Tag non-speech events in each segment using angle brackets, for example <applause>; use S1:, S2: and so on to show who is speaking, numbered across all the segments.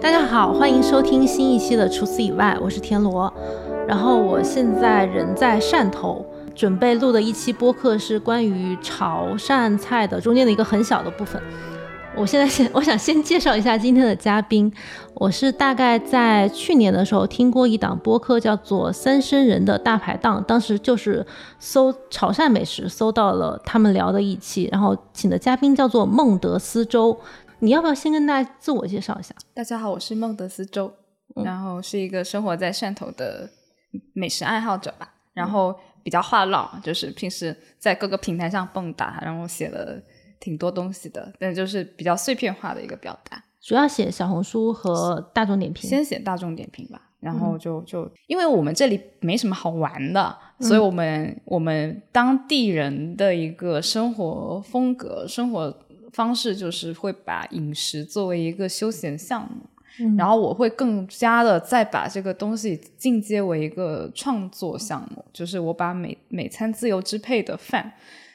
S1: 大家好，欢迎收听新一期的《除此以外》，我是田螺。然后我现在人在汕头，准备录的一期播客是关于潮汕菜的中间的一个很小的部分。我现在先， <laughs> 我想先介绍一下今天的嘉宾。我是大概在去年的时候听过一档播客，叫做《三生人的大排档》，当时就是搜潮汕美食，搜到了他们聊的一期，然后请的嘉宾叫做孟德斯周。你要不要先跟大家自我介绍一下？
S2: 大家好，我是孟德斯周，然后是一个生活在汕头的美食爱好者吧，然后比较话痨，就是平时在各个平台上蹦跶，然后写了挺多东西的，但就是比较碎片化的一个表达。
S1: 主要写小红书和大众点评。
S2: 先写大众点评吧，然后就就因为我们这里没什么好玩的，所以我们我们当地人的一个生活风格、生活方式就是会把饮食作为一个休闲项目，
S1: 嗯
S2: 然后我会更加的再把这个东西进阶为一个创作项目，就是我把每每餐自由支配的饭，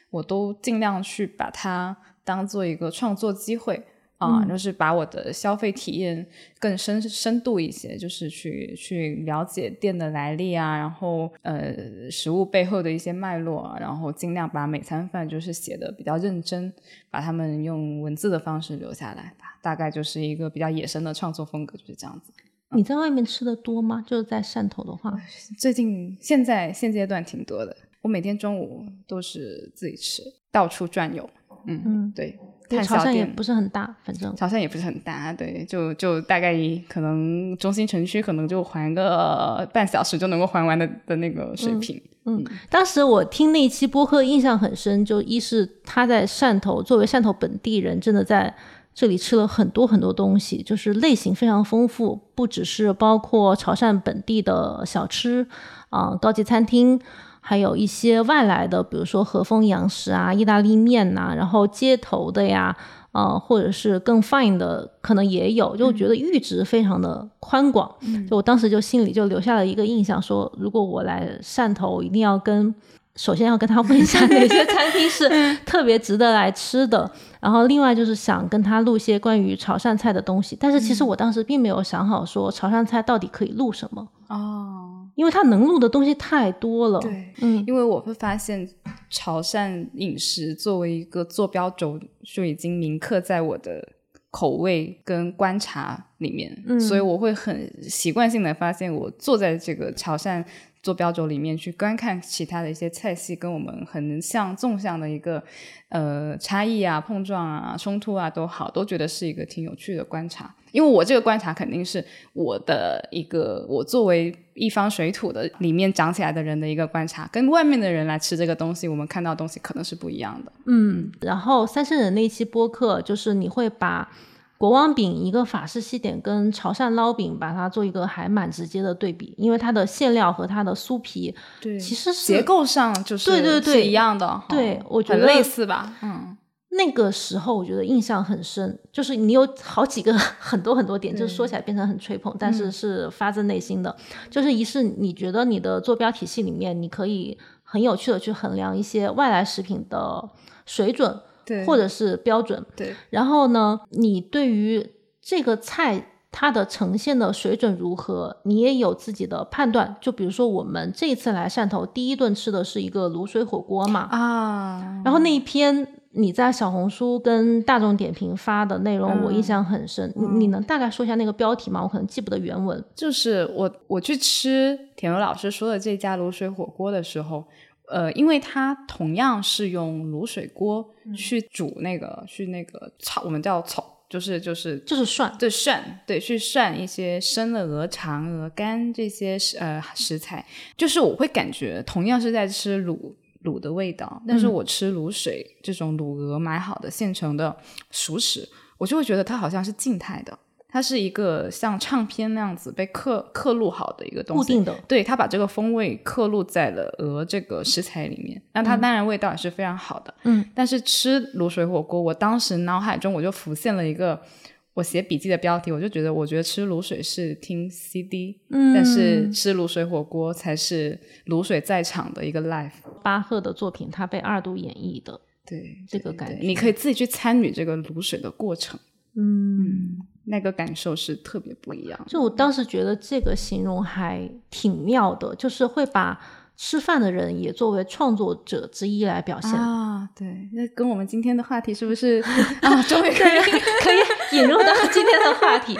S2: 我都尽量去把它当做一个创作机会啊，就是把我的消费体验更深深度一些，就是去去了解店的来历啊，然后呃食物背后的一些脉络啊，然后尽量把每餐饭就是写的比较认真，把它们用文字的方式留下来吧，大概就是一个比较野生的创作风格，就是这样子。
S1: 你在外面吃的多吗？就是在汕头的话，
S2: 最近现在现阶段挺多的，我每天中午都是自己吃，到处转悠，嗯，
S1: 嗯，
S2: 对，
S1: 对
S2: 看
S1: 潮
S2: 小
S1: 汕也
S2: 店
S1: 不是很大，反正
S2: 潮汕也不是很大，对，就就大概可能中心城区可能就环个半小时就能够环完的的那个水平。
S1: 嗯，当时我听那期播客印象很深，就一是他在汕头，作为汕头本地人，真的在这里吃了很多很多东西，就是类型非常丰富，不只是包括潮汕本地的小吃，啊、高级餐厅。还有一些外来的，比如说和风洋食啊、意大利面呐、然后街头的呀，呃，或者是更 fine 的，可能也有，就觉得阈值非常的宽广。
S2: 嗯
S1: 就我当时就心里就留下了一个印象说，如果我来汕头，一定要跟首先要跟他问一
S2: <laughs>
S1: 下哪些餐厅是
S2: 嗯
S1: 特别值得来吃的，然后另外就是想跟他录一些关于潮汕菜的东西。但是
S2: 嗯
S1: 其实我当时并没有想好说潮汕菜到底可以录什么，
S2: 哦，
S1: 因为它能录的东西太多了。
S2: 对，
S1: 嗯
S2: 因为我会发现潮汕饮食作为一个坐标轴，就已经铭刻在我的口味跟观察里面，
S1: 嗯
S2: 所以我会很习惯性的发现，我坐在这个潮汕坐标轴里面去观看其他的一些菜系，跟我们很像纵向的一个呃差异啊、碰撞啊、冲突啊都好，都觉得是一个挺有趣的观察。因为我这个观察肯定是我的一个，我作为一方水土的里面长起来的人的一个观察，跟外面的人来吃这个东西，我们看到的东西可能是不一样的。
S1: 嗯，然后三生人那一期播客，就是你会把国王饼一个法式西点跟潮汕捞饼，把它做一个还蛮直接的对比，因为它的馅料和它的酥皮
S2: 对
S1: 其实是
S2: 结构上就是
S1: 对对对
S2: 是一样的哈，
S1: 对我觉
S2: 很
S1: 得
S2: 类似吧，嗯，
S1: 那个时候我觉得印象很深，就是你有好几个 <laughs> 很多很多点，就是说起来变成很吹捧，但是是发自内心的。就是一是你觉得你的坐标体系里面，你可以很有趣的去衡量一些外来食品的水准
S2: 对
S1: 或者是标准，
S2: 对，
S1: 然后呢，你对于这个菜它的呈现的水准如何，你也有自己的判断。就比如说我们这一次来汕头，第一顿吃的是一个卤水火锅嘛，
S2: 啊，
S1: 然后那一篇你在小红书跟大众点评发的内容，
S2: 嗯
S1: 我印象很深。你你能大概说一下那个标题吗？我可能记不得原文。
S2: 就是我我去吃田螺老师说的这家卤水火锅的时候，呃，因为它同样是用卤水锅去煮那个、去那个炒，我们叫炒，就是就是
S1: 就是涮，
S2: 对涮，对去涮一些生的鹅肠、鹅肝这些食呃食材，就是我会感觉同样是在吃卤卤的味道，但是
S1: 嗯
S2: 我吃卤水、这种卤鹅买好的现成的熟食，我就会觉得它好像是静态的，它是一个像唱片那样子被刻刻录好的一个东
S1: 固
S2: 西，
S1: 定的
S2: 对他把这个风味刻录在了鹅这个食材里面，那它当然味道也是非常好的。
S1: 嗯，
S2: 但是吃卤水火锅，我当时脑海中我就浮现了一个我写笔记的标题，我就觉得我觉得吃卤水是听 CD，、
S1: 嗯
S2: 但是吃卤水火锅才是卤水在场的一个 live。
S1: 巴赫的作品，它被二度演绎的。
S2: 对，
S1: 这个
S2: 对
S1: 感
S2: 对
S1: 觉
S2: 你可以自己去参与这个卤水的过程。
S1: 嗯，
S2: 那个感受是特别不一样的。
S1: 就我当时觉得这个形容还挺妙的，就是会把吃饭的人也作为创作者之一来表现。
S2: 啊，对，那跟我们今天的话题是不
S1: <laughs>
S2: 是啊？终于可以
S1: 对， <laughs> 可以引入到今天的话题。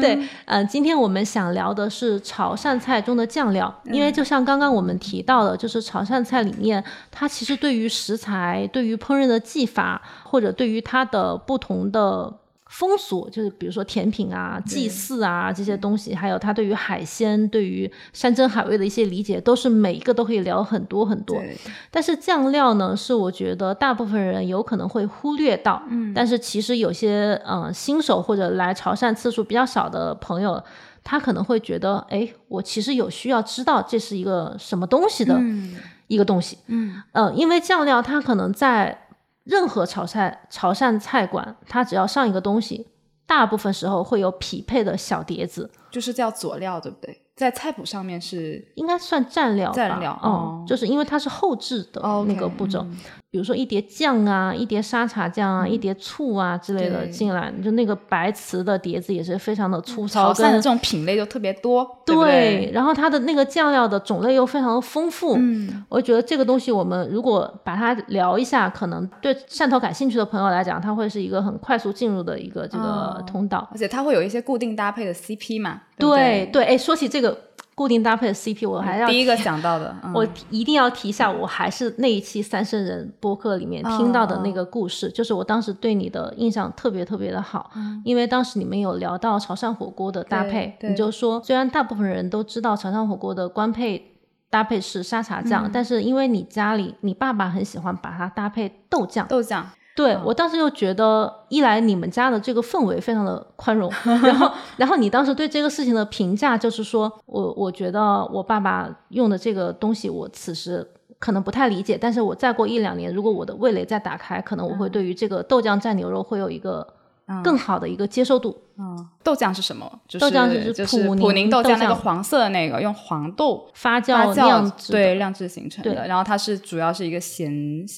S1: 对，嗯、今天我们想聊的是潮汕菜中的酱料，因为就像刚刚我们提到的，就是潮汕菜里面，它其实对于食材、对于烹饪的技法，或者对于它的不同的。风俗就是，比如说甜品啊、祭祀啊这些东西，还有它对于海鲜、对于山珍海味的一些理解，都是每一个都可以聊很多很多。
S2: 对
S1: 但是酱料呢，是我觉得大部分人有可能会忽略到，嗯，但是其实有些嗯、呃新手或者来潮汕次数比较少的朋友，他可能会觉得，哎，我其实有需要知道这是一个什么东西的一个东西，嗯，呃，因为酱料它可能在任何潮汕潮汕菜馆，它只要上一个东西，大部分时候会有匹配的小碟子，
S2: 就是叫佐料，对不对？在菜谱上面是
S1: 应该算蘸料吧，
S2: 蘸料
S1: 嗯，
S2: 哦
S1: 就是因为它是后置的
S2: 哦
S1: 那个步骤，比如说一碟酱啊，一碟沙茶酱啊，一碟醋啊之类的
S2: 嗯对嗯
S1: 进来，就那个白瓷的碟子也是非常的粗
S2: 潮
S1: 糙，
S2: 汕的
S1: 跟
S2: 这种品类就特别多，
S1: 对
S2: 对
S1: 嗯
S2: 不对？
S1: 然后它的那个酱料的种类又非常的丰富，
S2: 嗯，
S1: 我觉得这个东西我们如果把它聊一下，可能对汕头感兴趣的朋友来讲，它会是一个很快速进入的一个这个
S2: 哦
S1: 通道。
S2: 而且它会有一些固定搭配的 CP 嘛，对不
S1: 对
S2: 对？
S1: 对，哎，说起这个固定搭配的 CP，我还要
S2: 第一个想到的，嗯
S1: 我提一定要提一下，我还是那一期三生人播客里面听到的
S2: 哦
S1: 那个故事，就是我当时对你的印象特别特别的好，因为当时你们有聊到潮汕火锅的搭配，
S2: 嗯对对
S1: 你就说虽然大部分人都知道潮汕火锅的官配搭配是沙茶酱，
S2: 嗯
S1: 但是因为你家里你爸爸很喜欢把它搭配豆酱，
S2: 豆酱，
S1: 对、
S2: 嗯
S1: 我当时就觉得，一来你们家的这个氛围非常的宽容，然
S2: <laughs>
S1: 后然后你当时对这个事情的评价就是说，我我觉得我爸爸用的这个东西，我此时。可能不太理解，但是我再过一两年，如果我的味蕾再打开，可能我
S2: 嗯
S1: 会对于这个豆浆蘸牛肉会有一个更好的一个接受度。
S2: 嗯，豆酱是什么？就是
S1: 豆酱
S2: 就是是
S1: 普
S2: 普
S1: 宁
S2: 宁豆酱
S1: 豆
S2: 那个
S1: 酱
S2: 黄色的那个，用黄豆
S1: 发
S2: 发
S1: 酵
S2: 酵
S1: 酿制的
S2: 对酿制形成
S1: 对
S2: 的。然后它是主要是一个咸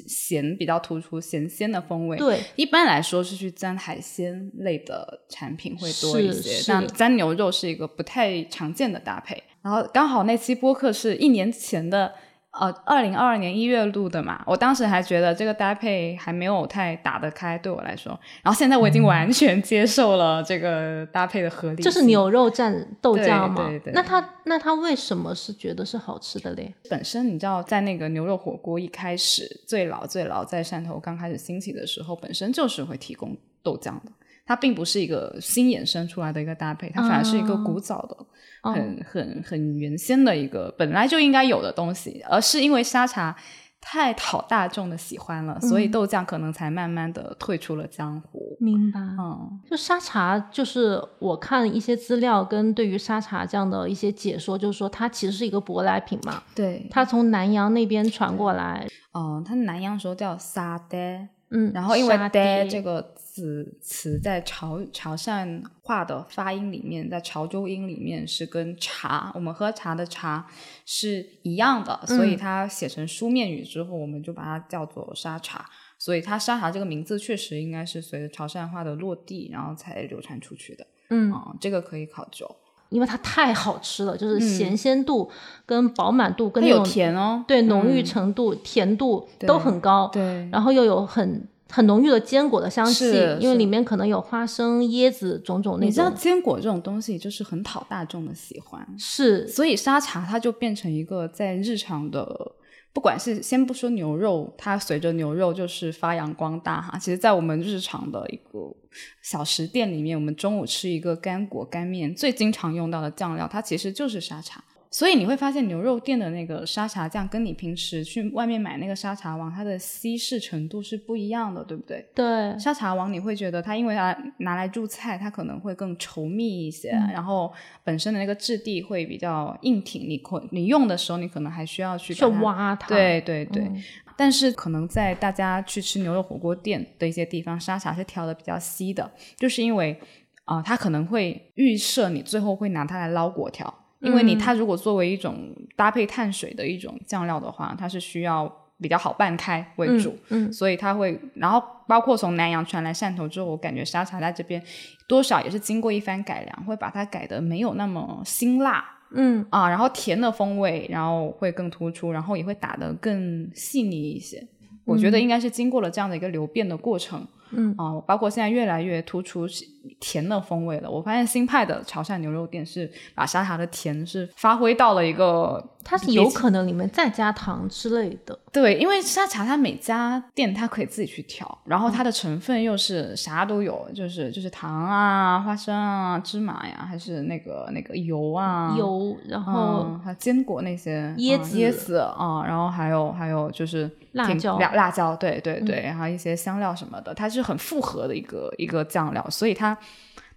S2: 咸比较突出咸鲜的风味。
S1: 对，
S2: 一般来说是去沾海鲜类的产品会多
S1: 是
S2: 一些，
S1: 是
S2: 那沾牛肉是一个不太常见的搭配。然后刚好那期播客是一年前的，呃，二零二二年一月录的嘛，我当时还觉得这个搭配还没有太打得开，对我来说。然后现在我已经完全接受了这个搭配的合理性，
S1: 嗯就是牛肉蘸豆浆
S2: 对
S1: 嘛
S2: 对。对
S1: 那他那他为什么是觉得是好吃的嘞？
S2: 本身你知道，在那个牛肉火锅一开始最老最老在汕头刚开始兴起的时候，本身就是会提供豆浆的，它并不是一个新衍生出来的一个搭配，它反而是一个古早的、很很很原先的一个本来就应该有的东西，而是因为沙茶太讨大众的喜欢了，所以豆浆可能才慢慢的退出了江湖。
S1: 明白。
S2: 嗯，
S1: 就沙茶，就是我看一些资料跟对于沙茶酱的一些解说，就是说它其实是一个舶来品嘛，
S2: 对，
S1: 它从南洋那边传过来。
S2: 嗯、它南洋时候叫沙爹。
S1: 嗯，
S2: 然后因为
S1: 沙
S2: “day”
S1: 爹
S2: 这个词词在潮潮汕话的发音里面，在潮州音里面是跟茶，我们喝茶的茶是一样的，所
S1: 嗯
S2: 以它写成书面语之后，我们就把它叫做沙茶。所以它沙茶这个名字确实应该是随着潮汕话的落地，然后才流传出去的。
S1: 嗯，
S2: 嗯，这个可以考究。
S1: 因为它太好吃了，就是
S2: 嗯
S1: 咸鲜度跟饱满度
S2: 它
S1: 跟那
S2: 有
S1: 种
S2: 甜哦，
S1: 对浓郁
S2: 嗯
S1: 程度、甜度都
S2: 对
S1: 很高，
S2: 对，
S1: 然后又有很很浓郁的坚果的香气
S2: 是，
S1: 因为
S2: 是
S1: 里面可能有花生、椰子种种那
S2: 你知道
S1: 种。
S2: 坚果这种东西就是很讨大众的喜欢，
S1: 是
S2: 所以沙茶它就变成一个在日常的，不管是先不说牛肉，它随着牛肉就是发扬光大哈。其实，在我们日常的一个小食店里面，我们中午吃一个干果干面，最经常用到的酱料，它其实就是沙茶。所以你会发现牛肉店的那个沙茶酱，跟你平时去外面买那个沙茶王，它的稀释程度是不一样的，对不对？
S1: 对，
S2: 沙茶王你会觉得它因为它拿来入菜，它可能会更稠密一些，然后本身的那个质地会比较硬挺，你可你用的时候你可能还需要去
S1: 去
S2: 把它。
S1: 挖它。
S2: 对对对，
S1: 嗯
S2: 但是可能在大家去吃牛肉火锅店的一些地方，沙茶是调的比较稀的，就是因为啊、呃它可能会预设你最后会拿它来捞果
S1: 嗯
S2: 条，因为你它如果作为一种搭配碳水的一种酱料的话，它是需要比较好办开为主，
S1: 嗯
S2: 所以它会，然后包括从南洋传来汕头之后，我感觉沙茶在这边多少也是经过一番改良，会把它改的没有那么辛辣，
S1: 嗯
S2: 啊，然后甜的风味，然后会更突出，然后也会打得更细腻一些。我觉得应该是经过了这样的一个流变的过程，
S1: 嗯
S2: 啊，包括现在越来越突出是甜的风味了。我发现新派的潮汕牛肉店是把沙茶的甜是发挥到了一个，
S1: 它是有可能里面再加糖之类的。
S2: 对，因为沙茶它每家店它可以自己去调，然后它的成分又是啥都有，就是就是糖啊、花生啊、芝麻呀，还是那个那个油啊，
S1: 油，然后
S2: 嗯，还有坚果那些
S1: 椰
S2: 嗯
S1: 子
S2: 椰子啊、然后还有还有就是
S1: 辣
S2: 挺
S1: 椒嗯
S2: 辣辣椒，对对对，然后一些香料什么的，它是很复合的一个一个酱料，所以它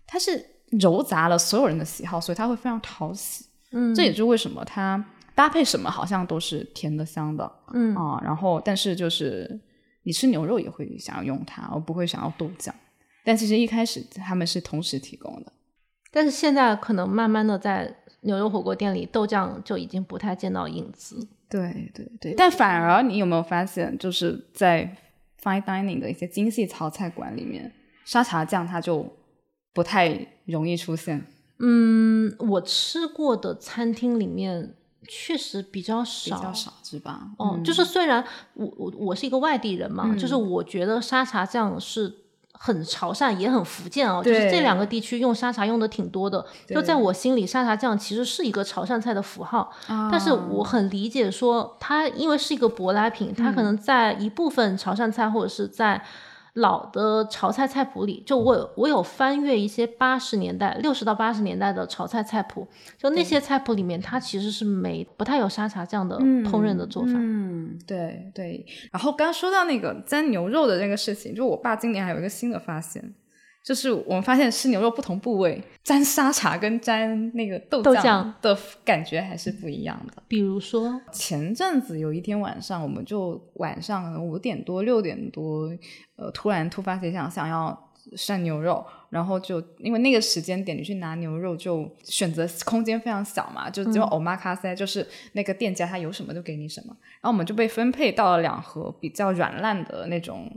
S2: 它是糅杂了所有人的喜好，所以它会非常讨喜。
S1: 嗯，
S2: 这也是为什么它搭配什么好像都是甜的香的啊、
S1: 嗯
S2: 然后但是就是你吃牛肉也会想要用它，而不会想要豆浆。但其实一开始他们是同时提供的，
S1: 但是现在可能慢慢的在牛肉火锅店里，豆酱就已经不太见到影子。
S2: 对对对，但反而你有没有发现，就是在 fine dining 的一些精细炒菜馆里面，沙茶酱它就不太容易出现。
S1: 嗯，我吃过的餐厅里面确实比较
S2: 比
S1: 少，
S2: 较少是吧？
S1: 哦，
S2: 嗯
S1: 就是虽然我我我是一个外地人嘛，就是我觉得沙茶酱是很潮汕也很福建哦，就是
S2: 对
S1: 这两个地区用沙茶用的挺多的。就在我心里，沙茶酱其实是一个潮汕菜的符号，
S2: 啊
S1: 但是我很理解说它因为是一个舶来品，它
S2: 嗯
S1: 可能在一部分潮汕菜或者是在。老的潮菜菜谱里，就我有我有翻阅一些八十年代、六十到八十年代的潮菜菜谱，就那些菜谱里面，它其实是没不太有沙茶酱的烹饪的做法。
S2: 嗯，对对。然后刚刚说到那个沾牛肉的那个事情，就我爸今年还有一个新的发现，就是我们发现吃牛肉不同部位沾沙茶跟沾那个豆
S1: 豆
S2: 酱
S1: 酱
S2: 的感觉还是不一样的。
S1: 比如说，
S2: 前阵子有一天晚上，我们就晚上可能五点多六点多，呃，突然突发奇想想要涮牛肉，然后就因为那个时间点你去拿牛肉，就选择空间非常小嘛，就只有 omakase，、就是那个店家他有什么就给你什么，然后我们就被分配到了两盒比较软烂的那种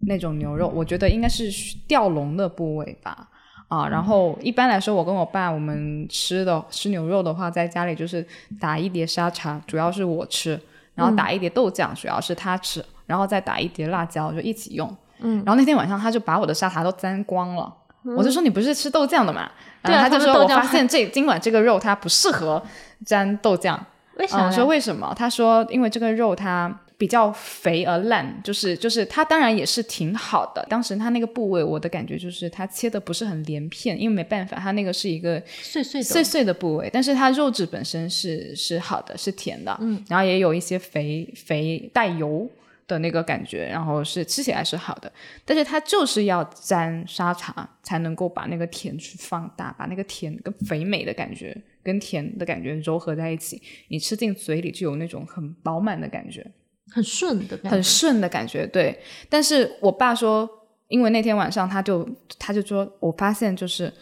S2: 那种牛肉，我觉得应该是吊龙的部位吧。啊，然后一般来说，我跟我爸我们吃的吃牛肉的话，在家里就是打一碟沙茶，主要是我吃，然后
S1: 嗯
S2: 打一碟豆酱，主要是他吃，然后再打一碟辣椒，就一起用。
S1: 嗯，
S2: 然后那天晚上他就把我的沙茶都沾光了，我就说你不是吃豆酱的嘛，
S1: 对
S2: 然
S1: 啊
S2: 后就
S1: 他们
S2: 说
S1: 豆
S2: 我
S1: 酱
S2: 发现这今晚这个肉它不适合沾豆酱，
S1: 为
S2: 嗯
S1: 啥、
S2: 我说为什么？他说因为这个肉它比较肥而烂，就是就是它当然也是挺好的。当时它那个部位，我的感觉就是它切的不是很连片，因为没办法，它那个是一个
S1: 碎碎的？
S2: 碎碎的部位，但是它肉质本身是是好的，是甜的，嗯，然后也有一些肥肥带油的那个感觉，然后是吃起来是好的，但是它就是要沾沙茶才能够把那个甜去放大，把那个甜跟肥美的感觉跟甜的感觉柔合在一起，你吃进嘴里就有那种很饱满的感觉，
S1: 很顺的感觉，
S2: 很顺的感觉，对。但是我爸说，因为那天晚上他就他就说，我发现就是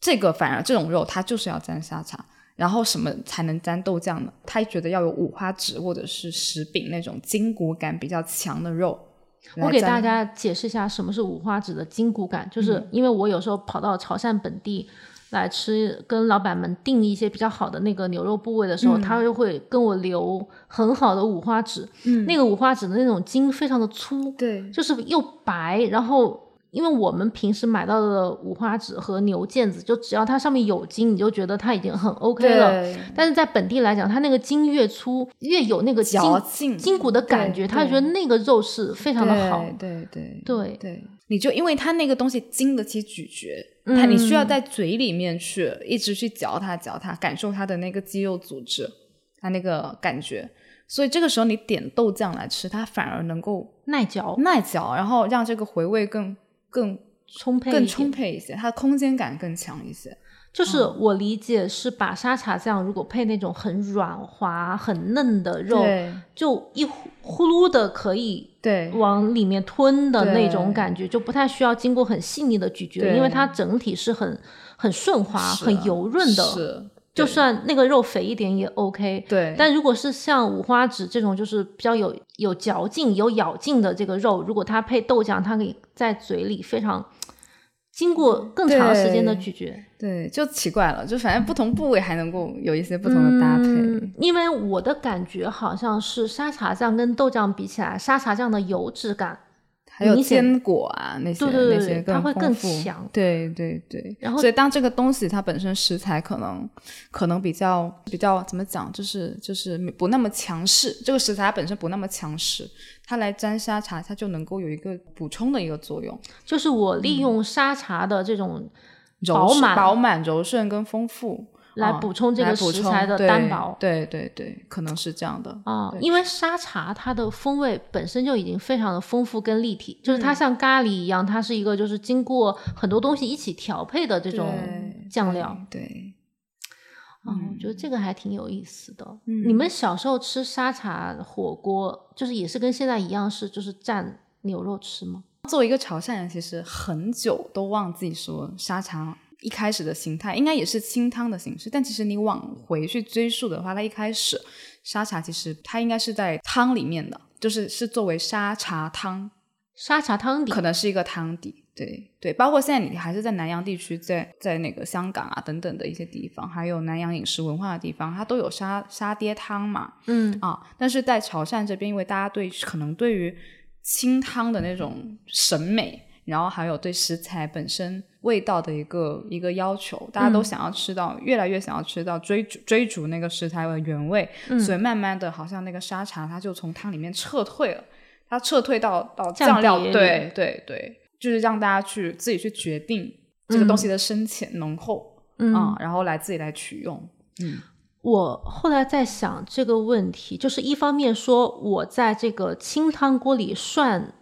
S2: 这个反而这种肉它就是要沾沙茶，然后什么才能沾豆酱呢？他觉得要有五花趾或者是食饼那种筋骨感比较强的肉。
S1: 我给大，家解释一下什么是五花趾的筋骨感，
S2: 嗯
S1: 就是因为我有时候跑到潮汕本地来吃，跟老板们订一些比较好的那个牛肉部位的时候，他就会跟我留很好的五花趾，
S2: 嗯，
S1: 那个五花趾的那种筋非常的粗，
S2: 对，
S1: 就是又白，然后。因为我们平时买到的五花趾和牛腱子，就只要它上面有筋，你就觉得它已经很 OK 了。
S2: 对，
S1: 但是在本地来讲，它那个筋越粗，越有那个筋
S2: 嚼劲
S1: 筋骨的感
S2: 对
S1: 觉，他
S2: 对
S1: 觉得那个肉是非常的好。
S2: 对对
S1: 对
S2: 对，你就因为它那个东西经得起咀嚼，
S1: 嗯
S2: 它你需要在嘴里面去一直去嚼它嚼它，感受它的那个肌肉组织，它那个感觉。所以这个时候你点豆酱来吃，它反而能够
S1: 耐嚼、
S2: 耐嚼，然后让这个回味更更
S1: 充沛一点、
S2: 更充沛一嗯些，它的空间感更强一些。
S1: 就是我理解是把沙茶酱如果配那种很软滑、很嫩的肉，就一呼呼噜的可以
S2: 对
S1: 往里面吞的那种
S2: 对
S1: 感觉，就不太需要经过很细腻的咀嚼，
S2: 对
S1: 因为它整体是很很顺滑、
S2: 是啊
S1: 很油润的
S2: 是
S1: 就算那个肉肥一点也 OK。
S2: 对，
S1: 但如果是像五花趾这种，就是比较有有嚼劲、有咬劲的这个肉，如果它配豆浆，它可以在嘴里非常经过更长时间的咀嚼。
S2: 对，就奇怪了，就反正不同部位还能够有一些不同的搭配。
S1: 嗯，因为我的感觉好像是沙茶酱跟豆浆比起来，沙茶酱的油脂感，
S2: 还有
S1: 明显
S2: 坚果啊那些
S1: 对对对
S2: 那些
S1: 它会
S2: 丰
S1: 更
S2: 富
S1: 强
S2: 对对对。
S1: 然后
S2: 所以当这个东西它本身食材可能可能比较比较怎么讲，就是就是不那么强势，这个食材它本身不那么强势，它来沾沙茶，它就能够有一个补充的一个作用，
S1: 就是我利用沙茶的这种
S2: 嗯柔
S1: 饱
S2: 顺
S1: 满
S2: 饱满、柔顺跟丰富
S1: 来
S2: 啊
S1: 补充这
S2: 来
S1: 个
S2: 补
S1: 食
S2: 充
S1: 材的
S2: 对
S1: 单薄
S2: 对对对，可能是这样的。
S1: 啊、
S2: 对
S1: 因为沙茶它的风味本身就已经非常的丰富跟立体，就是
S2: 嗯
S1: 它像咖喱一样，它是一个就是经过很多东西一起调配的这种
S2: 对
S1: 酱料。
S2: 对对
S1: 啊、我觉得这个还挺有意思的。
S2: 嗯
S1: 你们小时候吃沙茶火锅，就是也是跟现在一样是就是蘸牛肉吃吗？
S2: 作为一个潮汕人，其实很久都忘记说沙茶一开始的形态，应该也是清汤的形式。但其实你往回去追溯的话，它一开始沙茶其实它应该是在汤里面的，就是是作为沙茶汤，
S1: 沙茶汤底
S2: 可能是一个汤底。对对，包括现在你还是在南洋地区，在在那个香港啊等等的一些地方，还有南洋饮食文化的地方，它都有沙沙爹汤嘛。
S1: 嗯，
S2: 啊，但是在潮汕这边，因为大家对可能对于清汤的那种审美，然后还有对食材本身味道的一个一个要求，大家
S1: 嗯
S2: 都想要吃到，越来越想要吃到追逐追逐那个食材的原味，
S1: 嗯
S2: 所以慢慢的，好像那个沙茶它就从汤里面撤退了，它撤退到到
S1: 酱
S2: 酱料，
S1: 碟里
S2: 对对对，就是让大家去自己去决定这个东西的深浅浓厚，
S1: 嗯
S2: 啊，然后来自己来取用，嗯，
S1: 我后来在想这个问题，就是一方面说我在这个清汤锅里涮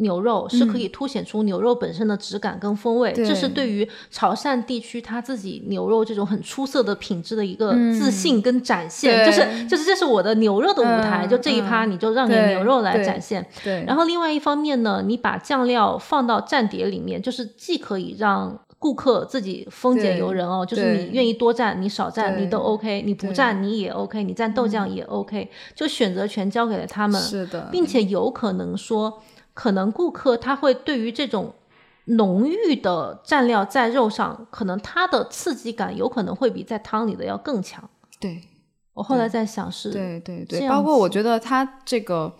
S1: 牛肉是可以凸显出牛肉本身的质感跟风味，
S2: 嗯对
S1: 这是对于潮汕地区它自己牛肉这种很出色的品质的一个
S2: 嗯
S1: 自信跟展现，
S2: 对
S1: 就是就是这是我的牛肉的舞台，
S2: 嗯
S1: 就这一趴
S2: 嗯
S1: 你就让给
S2: 对
S1: 牛肉来
S2: 对
S1: 展现。
S2: 对，
S1: 然后另外一方面呢，你把酱料放到蘸碟里面，就是既可以让顾客自己丰俭由人哦，就是
S2: 对
S1: 你愿意多蘸，你少蘸
S2: 对
S1: 你都 OK，你不
S2: 对嗯
S1: 蘸你也 OK，你蘸豆浆也 OK，、就选择权交给了他们，
S2: 是的，
S1: 并且有可能说，可能顾客他会对于这种。浓郁的蘸料在肉上，可能它的刺激感有可能会比在汤里的要更强。
S2: 对。
S1: 我后来在想是，
S2: 对对
S1: 这
S2: 对，
S1: 样
S2: 包括
S1: 子
S2: 我觉得它这个，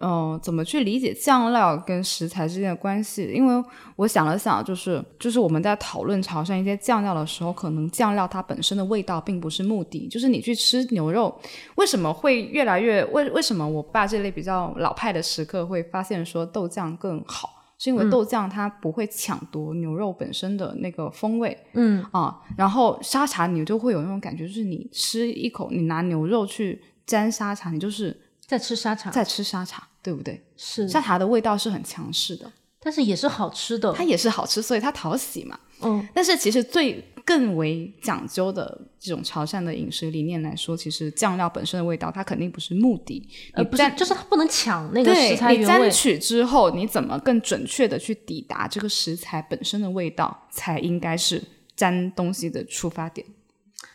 S2: 嗯、怎么去理解酱料跟食材之间的关系？因为我想了想，就是就是我们在讨论潮汕一些酱料的时候，可能酱料它本身的味道并不是目的，就是你去吃牛肉，为什么会越来越为为什么我爸这类比较老派的食客会发现说豆酱更好？是
S1: 嗯
S2: 因为豆酱它不会抢夺牛肉本身的那个风味，
S1: 嗯，
S2: 啊、然后沙茶你就会有那种感觉，就是你吃一口，你拿牛肉去沾沙茶，你就是
S1: 在吃沙茶
S2: 在吃沙茶，对不对？
S1: 是，
S2: 沙茶的味道是很强势的，
S1: 但是也是好吃的
S2: 它。也是好吃，所以它讨喜嘛。
S1: 嗯，
S2: 但是其实最更为讲究的这种潮汕的饮食理念来说，其实酱料本身的味道，它肯定不是目的，
S1: 呃，
S2: 你
S1: 不是
S2: 沾，
S1: 就是它不能抢那个
S2: 对
S1: 食材
S2: 你
S1: 原味
S2: 沾。取之后，你怎么更准确的去抵达这个食材本身的味道，才应该是沾东西的出发点。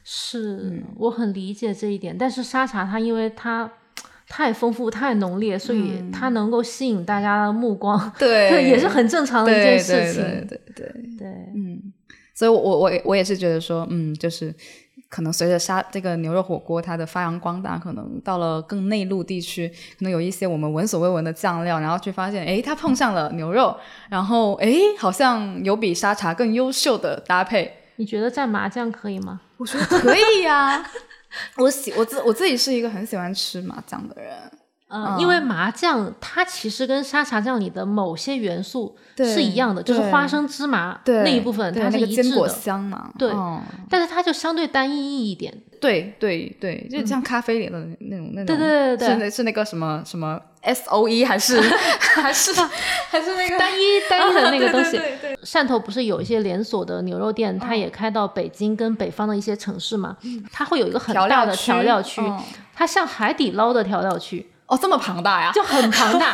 S1: 是、
S2: 嗯
S1: 我很理解这一点，但是沙茶它因为它太丰富、太浓烈，所以它能够吸引大家的目光，
S2: 嗯
S1: <laughs> <laughs>
S2: 对
S1: 这也是很正常的一件事情。
S2: 对对对对对，
S1: 对
S2: 嗯，所以我我我也我也是觉得说，嗯，就是可能随着沙这个牛肉火锅它的发扬光大，可能到了更内陆地区，可能有一些我们闻所未闻的酱料，然后却发现，诶，它碰上了牛肉， <laughs> 然后诶，好像有比沙茶更优秀的搭配。
S1: 你觉得蘸麻酱可以吗？
S2: 我觉得可以啊呀、 <laughs> 我喜我自我自己是一个很喜欢吃麻酱的人，
S1: 呃，因
S2: 嗯
S1: 为麻酱它其实跟沙茶酱里的某些元素
S2: 对
S1: 是一样的，就是
S2: 对
S1: 花生、芝麻
S2: 对
S1: 那一部分
S2: 对
S1: 它
S2: 那
S1: 是
S2: 个
S1: 一致
S2: 坚
S1: 的，
S2: 果香嘛，
S1: 对
S2: 哦
S1: 但是它就相对单一一
S2: <laughs>
S1: 点。
S2: 对对对，就像咖啡里的那种、那种，
S1: 嗯对对对对
S2: 是那是那个什么什么 S O <laughs> E 还是还
S1: <laughs>
S2: 是还是那个啊
S1: 单一单一的那个东西，
S2: 对对对
S1: 汕头不是有一些连锁的牛肉店，它也开到北京跟北方的一些城市嘛，它会有一个很
S2: 调
S1: 大
S2: 料
S1: 的嗯
S2: 区
S1: 调料区，
S2: 嗯
S1: 它像海底捞的调料区
S2: 哦，这么庞大呀？
S1: <laughs> 就很庞大，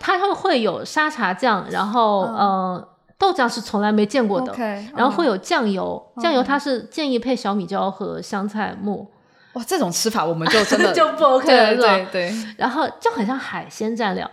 S1: 它会会有沙茶酱，然后、呃。豆酱是从来没见过的。<laughs>
S2: OK，嗯
S1: 然后会
S2: 有
S1: 有酱油，酱油它是建议配小米椒和香菜末，
S2: 哇，这种吃法我们就真
S1: <laughs>
S2: 的
S1: 就不 OK 了，
S2: 对
S1: 是吧？
S2: 对对，
S1: 然后就很像海鲜蘸料。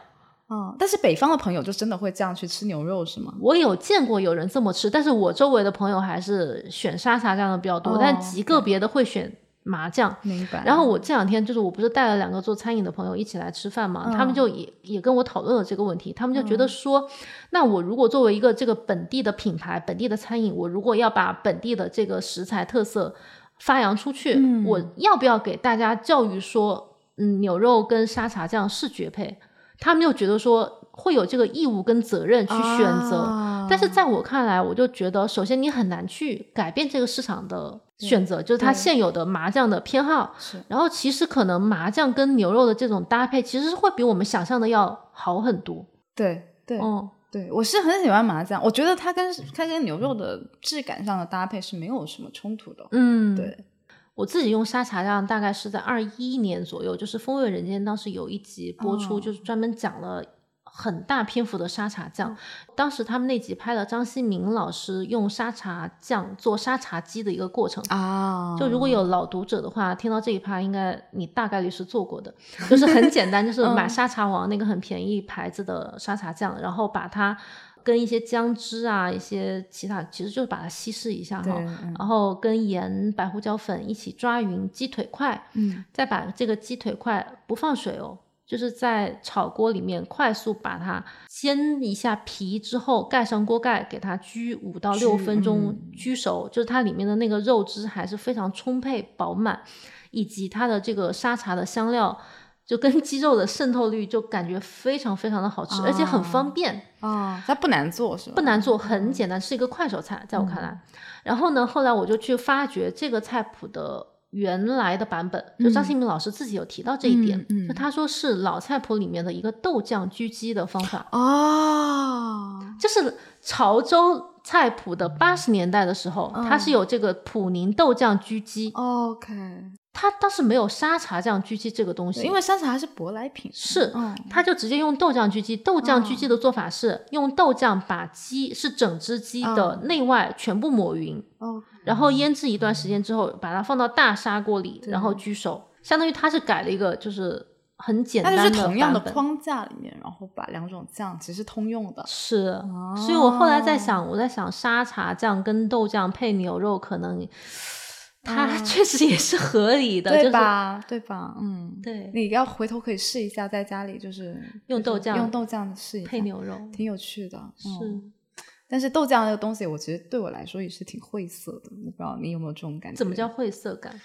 S2: 嗯，但是北方的朋友就真的会这样去吃牛肉是吗？
S1: 我有见过有人这么吃，但是我周围的朋友还是选沙茶酱的比较多，
S2: 哦
S1: 但极个别的会选麻酱。
S2: 明白。
S1: 然后我这两天就是，我不是带了两个做餐饮的朋友一起来吃饭嘛，
S2: 嗯
S1: 他们就也也跟我讨论了这个问题，他们就觉得说，那我如果作为一个这个本地的品牌、本地的餐饮，我如果要把本地的这个食材特色发扬出去，
S2: 嗯
S1: 我要不要给大家教育说，嗯，牛肉跟沙茶酱是绝配？他们又觉得说会有这个义务跟责任去选择，
S2: 啊
S1: 但是在我看来，我就觉得，首先你很难去改变这个市场的选择，就是它
S2: 对
S1: 现有的麻酱的偏好
S2: 是。
S1: 然后其实可能麻酱跟牛肉的这种搭配，其实是会比我们想象的要好很多。
S2: 对对、
S1: 嗯，
S2: 对，我是很喜欢麻酱，我觉得它跟它跟牛肉的质感上的搭配是没有什么冲突的。
S1: 嗯，
S2: 对。
S1: 我自己用沙茶酱大概是在二一年左右，就是《风味人间》当时有一集播出，
S2: 哦嗯
S1: 就是专门讲了。很大篇幅的沙茶酱，当时他们那集拍了张新民老师用沙茶酱做沙茶鸡的一个过程，
S2: 啊
S1: 就如果有老读者的话，听到这一趴，应该你大概率是做过的，就是很简单，就是
S2: 嗯
S1: 买沙茶王那个很便宜牌子的沙茶酱，然后把它跟一些姜汁啊，一些其他，其实就是把它稀释一下
S2: 对，
S1: 哈，
S2: 嗯
S1: 然后跟盐、白胡椒粉一起抓匀鸡腿块，
S2: 嗯
S1: 再把这个鸡腿块不放水哦，就是在炒锅里面快速把它煎一下皮之后，盖上锅盖，给它焗五到六
S2: 焗
S1: 分钟
S2: 嗯，
S1: 焗熟，就是它里面的那个肉汁还是非常充沛饱满，以及它的这个沙茶的香料。就跟 <laughs> 鸡肉的渗透率就感觉非常非常的好吃，而且很
S2: 啊
S1: 方便，
S2: 啊，它不难做是吧？
S1: 不难做，很简单，是一个快手菜，在我看
S2: 嗯
S1: 来。然后呢，后来我就去发掘这个菜谱的原来的版本，就张
S2: 嗯
S1: 新民老师自己有提到这一点，
S2: 嗯嗯
S1: 就他说是老菜谱里面的一个豆酱焗鸡的方法，
S2: 哦，
S1: 就是潮州菜谱的八十年代的时候，它
S2: 嗯
S1: 是有这个普宁豆酱焗
S2: 哦
S1: 鸡，
S2: OK，
S1: 它当时没有沙茶酱焗鸡这个东西，
S2: 因为山茶还是舶来品，
S1: 是
S2: 嗯，
S1: 他就直接用豆酱焗鸡。豆酱焗鸡的做法是用豆酱把鸡是整只鸡的
S2: 嗯
S1: 内外全部抹匀，
S2: 哦，
S1: 然后腌制一段时间之后，把它放到大砂锅里，
S2: 对
S1: 然后焗熟。相当于它是改了一个就是很简
S2: 它
S1: 单
S2: 就
S1: 的
S2: 是同样的
S1: 版本
S2: 框架里面，然后把两种酱其实通用的，
S1: 是，
S2: 哦
S1: 所以我后来在想，我在想沙茶酱跟豆酱配牛肉，可能它 <laughs> 确实也是合理的，
S2: 嗯哦对
S1: 就是
S2: 吧？对吧？嗯，
S1: 对
S2: 你要回头可以试一下，在家里就是
S1: 用豆酱
S2: 用豆酱试一下，
S1: 配牛肉
S2: 挺有趣的。
S1: 是
S2: 嗯，但是豆酱这个东西，我其实对我来说也是挺晦涩的，我不知道你有没有这种感觉？
S1: 怎么叫？晦涩感？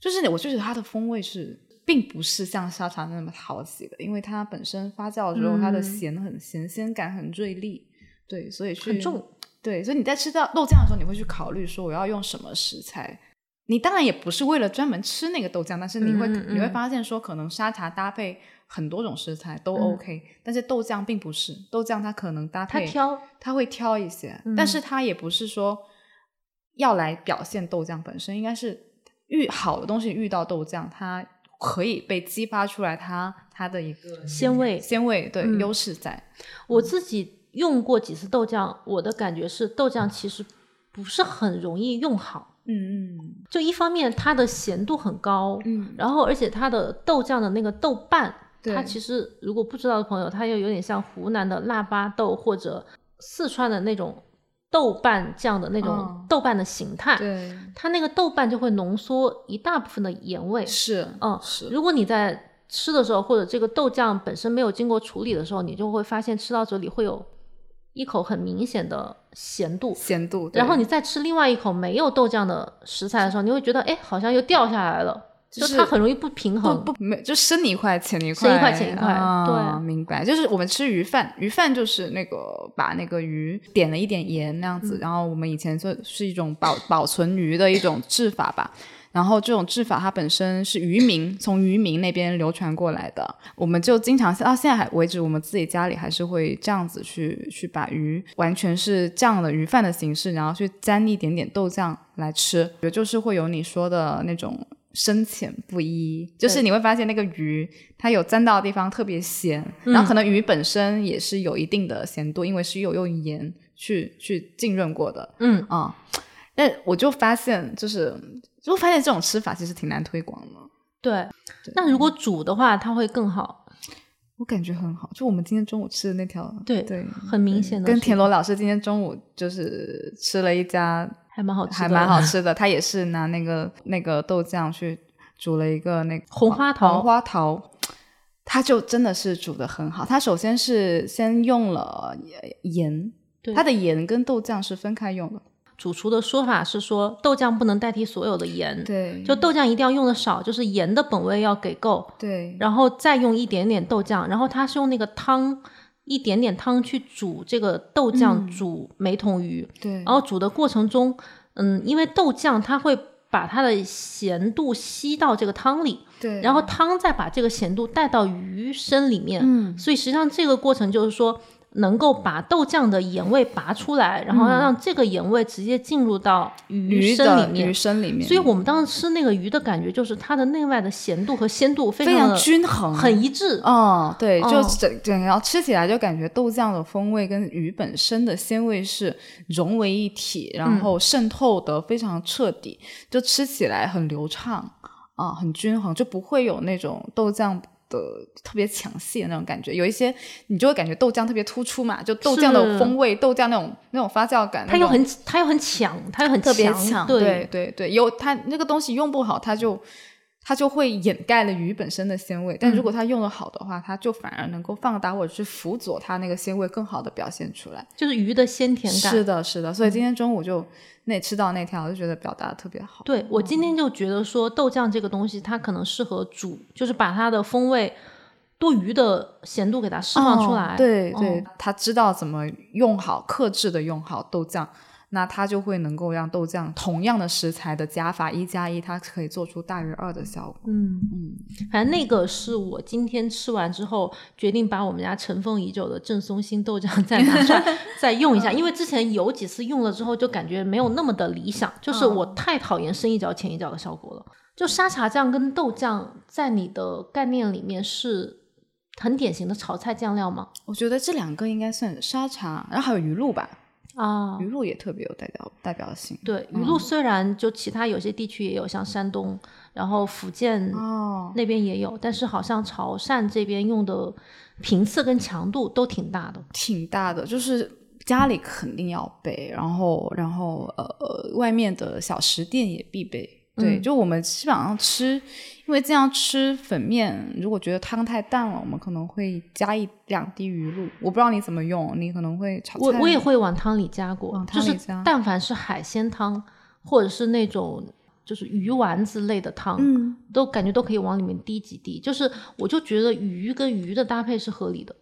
S2: 就是我就觉得它的风味是。并不是像沙茶那么讨喜的，因为它本身发酵之后，它的
S1: 嗯
S2: 咸很咸鲜感很锐利，对，所以去
S1: 很重，
S2: 对，所以你在吃到豆酱的时候，你会去考虑说我要用什么食材。你当然也不是为了专门吃那个豆酱，但是你会、
S1: 嗯嗯
S2: 你会
S1: 嗯
S2: 发现说，可能沙茶搭配很多种食材都
S1: 嗯
S2: OK，、但是豆酱并不是，豆酱它可能搭
S1: 它
S2: 配
S1: 挑
S2: 它会挑一些，但
S1: 嗯
S2: 是它也不是说要来表现豆酱本身，应该是遇好的东西遇到豆酱，它可以被激发出来它它的一个
S1: 鲜味
S2: 鲜味对、
S1: 嗯
S2: 优势在。
S1: 我
S2: 嗯
S1: 自己用过几次豆酱，我的感觉是豆酱其实不是很容易用好。
S2: 嗯嗯
S1: 就一方面它的咸度很高，
S2: 嗯，
S1: 然后而且它的豆酱的那个豆瓣，
S2: 对
S1: 它其实如果不知道的朋友，它又有点像湖南的腊八豆或者四川的那种豆瓣酱的那种
S2: 嗯
S1: 豆瓣的形态，
S2: 对，
S1: 它那个豆瓣就会浓缩一大部分的盐味。
S2: 是，
S1: 嗯
S2: 是，
S1: 如果你在吃的时候，或者这个豆酱本身没有经过处理的时候，你就会发现吃到嘴里会有一口很明显的咸度，
S2: 咸度。对
S1: 然后你再吃另外一口没有豆酱的食材的时候，你会觉得哎，好像又掉下来了，就
S2: 就是
S1: 它很容易不平
S2: 不
S1: 衡。
S2: 不没就深一块浅一块，
S1: 深一块浅一块
S2: 啊、
S1: 对
S2: 明白。就是我们吃鱼饭，鱼饭就是那个把那个鱼点了一点盐那样
S1: 嗯
S2: 子，然后我们以前就是一种保保存鱼的一种制法吧。然后这种制法它本身是渔民从渔民那边流传过来的，我们就经常到现在还为止，我们自己家里还是会这样子去去把鱼完全是这样的鱼饭的形式，然后去沾一点点豆酱来吃，也就是会有你说的那种深浅不一，就是你会发现那个鱼它有沾
S1: 嗯
S2: 到的地方特别咸，然后可能鱼本身也是有一定的咸度，因为是有用盐去去浸润过的
S1: 嗯，
S2: 啊。但我就发现，就是就发现这种吃法其实挺难推广的。
S1: 对。
S2: 对
S1: 那如果煮的话，它会更好。
S2: 我感觉很好，就我们今天中午吃的那条，
S1: 对
S2: 对，
S1: 很明显的
S2: 跟
S1: 是
S2: 田螺老师今天中午就是吃了一家
S1: 还蛮好吃的，
S2: 还
S1: <laughs>
S2: 蛮好吃的，他也是拿那个那个豆酱去煮了一个那个
S1: 红花桃
S2: 红花桃，他就真的是煮的很好。他首先是先用了盐
S1: 对，
S2: 他的盐跟豆酱是分开用的，
S1: 主厨的说法是说，豆酱不能代替所有的盐，
S2: 对，
S1: 就豆酱一定要用的少，就是盐的本味要给够，
S2: 对，
S1: 然后再用一点点豆酱，然后他是用那个汤一点点汤去煮这个豆酱
S2: 嗯
S1: 煮梅童鱼，
S2: 对，
S1: 然后煮的过程中，嗯，因为豆酱它会把它的咸度吸到这个汤里，
S2: 对，
S1: 然后汤再把这个咸度带到鱼身里面，
S2: 嗯，
S1: 所以实际上这个过程就是说，能够把豆酱的盐味拔出来，然后要让这个盐味直接进入到鱼
S2: 嗯鱼
S1: 身
S2: 的
S1: 里
S2: 鱼
S1: 面。
S2: 身里面，
S1: 所以我们当时吃那个鱼的感觉，就是它的内外的咸度和鲜度非
S2: 非
S1: 常的
S2: 常均衡，
S1: 很一致。
S2: 哦，对，就
S1: 哦
S2: 整整个吃起来就感觉豆酱的风味跟鱼本身的鲜味是融为一体，
S1: 嗯
S2: 然后渗透的非常彻底，就吃起来很流畅啊、很均衡，就不会有那种豆酱。的特别强细的那种感觉，有一些你就会感觉豆酱特别突出嘛，就豆酱的
S1: 是
S2: 风味，豆酱那种那种发酵感，
S1: 它
S2: 那
S1: 又
S2: 种
S1: 很，它又很抢，它又很
S2: 特别
S1: 强，
S2: 对对对，有它那个东西用不好，它就它就会掩盖了鱼本身的鲜味。但如果它用的好的话，它就反而能够放大或者是辅佐它那个鲜味更好的表现出来。嗯
S1: 就是鱼的鲜甜感。
S2: 是的，是的。所以今天中午就那吃到那条，我就觉得表达的特别好。
S1: 对我今天就觉得说豆酱这个东西，它可能适合煮，就是把它的风味多余的咸度给它释放出来。
S2: 哦对对，
S1: 哦
S2: 他知道怎么用好，克制的用好豆酱，那他就会能够让豆酱同样的食材的加法一加一，它可以做出大于二的效果。
S1: 嗯
S2: 嗯，
S1: 反正那个是我今天吃完之后决定把我们家尘封已久的正宗新豆酱 <laughs> 再拿出来再用一下，因为之前有几次用了之后就感觉没有那么的理想，就是我太讨厌深一脚浅一脚的效果了。就沙茶酱跟豆酱在你的概念里面是很典型的炒菜酱料吗？
S2: 我觉得这两个应该算沙茶，然后还有鱼露吧，
S1: 啊嗯
S2: 鱼，露也特别有代表代表性。
S1: 对，鱼露虽然就其他有些地区也有，像山东，然后福建
S2: 哦，
S1: 那边也有，但是好像潮汕这边用的频次跟强度都挺大的。
S2: 挺大的，就是家里肯定要备，然后然后呃呃，外面的小食店也必备。对，
S1: 嗯
S2: 就我们基本上吃，因为经常吃粉面，如果觉得汤太淡了，我们可能会加一两滴鱼露。我不知道你怎么用，你可能会炒菜
S1: 我我也会往汤里加过，
S2: 往
S1: 就
S2: 汤里
S1: 是
S2: 加
S1: 但凡是海鲜汤或者是那种就是鱼丸子类的汤，
S2: 嗯，
S1: 都感觉都可以往里面滴几滴。就是我就觉得鱼跟鱼的搭配是合理的，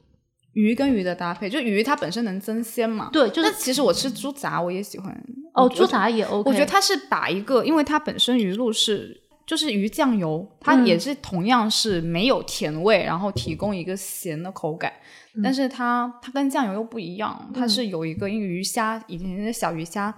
S2: 鱼跟鱼的搭配，就鱼它本身能增鲜嘛。
S1: 对，就
S2: 那
S1: 是
S2: 其实我吃猪杂我也喜欢，
S1: 哦
S2: 我觉
S1: 猪
S2: 得
S1: 杂也 OK，
S2: 我觉得它是把一个，因为它本身鱼露是就是鱼酱油，它
S1: 嗯
S2: 也是同样是没有甜味，然后提供一个咸的口感，
S1: 嗯
S2: 但是它它跟酱油又不一样，它是有一个因为鱼虾以前的小鱼虾，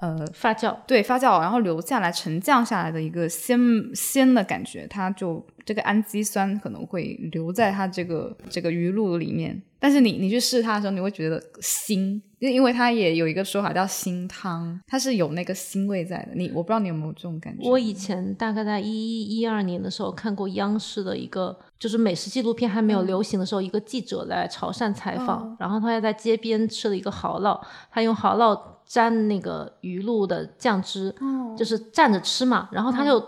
S2: 呃。
S1: 发酵
S2: 对，发酵然后留下来沉降下来的一个鲜鲜的感觉，它就这个氨基酸可能会留在它这个这个鱼露里面。但是你你去试它的时候，你会觉得腥，因因为它也有一个说法叫腥汤，它是有那个腥味在的。你我不知道你有没有这种感觉？
S1: 我以前大概在一一一二年的时候看过央视的一个，就是美食纪录片还没有
S2: 嗯
S1: 流行的时候，一个记者来潮汕采访，
S2: 哦
S1: 然后他在街边吃了一个蚝烙，他用蚝烙沾那个鱼露的酱汁，
S2: 嗯
S1: 就是蘸着吃嘛，然后他就。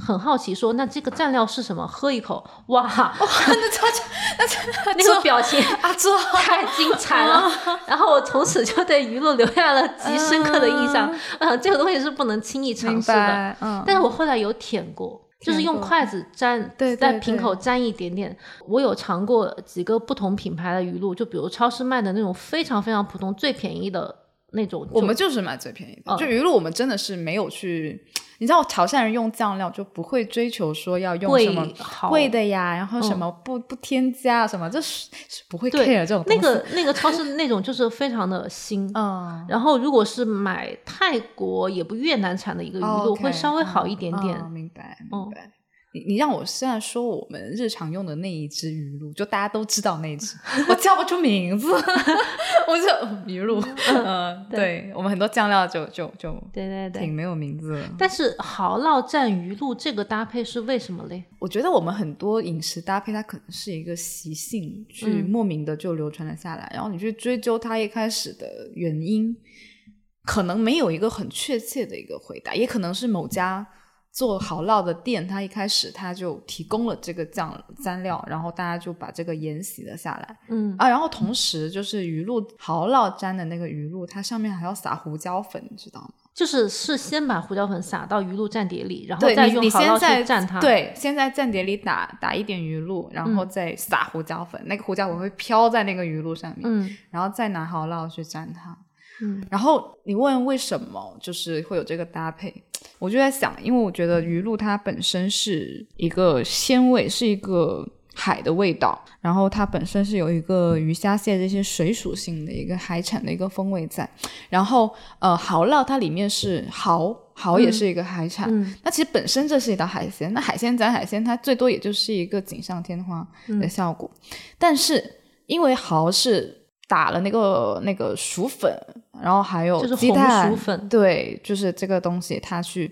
S1: 很好奇说，那这个蘸料是什么？喝一口，哇，
S2: 那超级
S1: <laughs> 那个表情
S2: 啊，这
S1: 太精彩了！
S2: 嗯
S1: <laughs> 然后我从此就对鱼露留下了极深刻的印象。 <laughs> 嗯、这个东西是不能轻易尝
S2: <laughs> 明
S1: 试的。
S2: 白，嗯，
S1: 但是我后来有舔过，就是
S2: 舔
S1: 用
S2: 过嗯
S1: 筷子沾，
S2: 对对
S1: 在瓶口沾一点点。我有尝过几个不同品牌的鱼露，就比如超市卖的那种非常非常普通、最便宜的那种。
S2: 我
S1: 就
S2: 们就是买最便宜的，
S1: 嗯
S2: 就鱼露我们真的是没有去，你知道潮汕人用酱料就不会追求说要用什么
S1: 贵好嗯
S2: 贵的呀，然后什么不、不添加啊什么，就是是不会 care 这种东
S1: 那
S2: 西。 <laughs>
S1: 个那个超市那种就是非常的新。
S2: 嗯，
S1: 然后，如果是买泰国也不越南产的一个鱼露，
S2: 哦，OK，
S1: 会稍微好一点点。
S2: 嗯明白，
S1: 嗯
S2: 明白。你你让我现在说我们日常用的那一只鱼露，就大家都知道那
S1: <laughs>
S2: 一只，我叫不出名字， <laughs> 我就嗯鱼露，嗯、对我们很多酱料就就就
S1: 对对对
S2: 挺。没有名字的。
S1: 但是蚝烙蘸鱼露这个搭配是为什么嘞？
S2: 我觉得我们很多饮食搭配，它可能是一个习性，去
S1: 嗯
S2: 莫名的就流传了下来，然后你去追究它一开始的原因，可能没有一个很确切的一个回答，也可能是某家做蚝烙的店，它一开始它就提供了这个酱蘸料，然后大家就把这个沿袭了下来
S1: 嗯
S2: 啊，然后同时就是鱼露蚝烙蘸的那个鱼露，它上面还要撒胡椒粉，你知道吗？
S1: 就是是先把胡椒粉撒到鱼露蘸碟里，然后
S2: 对
S1: 再
S2: 你，
S1: 用
S2: 你
S1: 蚝
S2: 先
S1: 烙
S2: 在
S1: 去蘸它。，嗯
S2: 对，先在蘸碟里打打一点鱼露，然后再撒胡椒粉，那个胡椒粉会飘在那个鱼露上面，
S1: 嗯
S2: 然后再拿蚝烙去蘸它。
S1: 嗯
S2: 然后你问为什么就是会有这个搭配，我就在想，因为我觉得鱼露它本身是一个鲜味，是一个海的味道，然后它本身是有一个鱼虾蟹这些水属性的一个海产的一个风味在，然后呃蚝烙它里面是蚝，蚝也是一个海产，
S1: 嗯
S2: 那其实本身这是一道海鲜，那海鲜沾海鲜，它最多也就是一个锦上添花
S1: 嗯
S2: 的效果。但是因为蚝是打了那个那个薯粉，然后还有
S1: 就是
S2: 鸡
S1: 红
S2: 蛋
S1: 薯粉
S2: 对，就是这个东西它去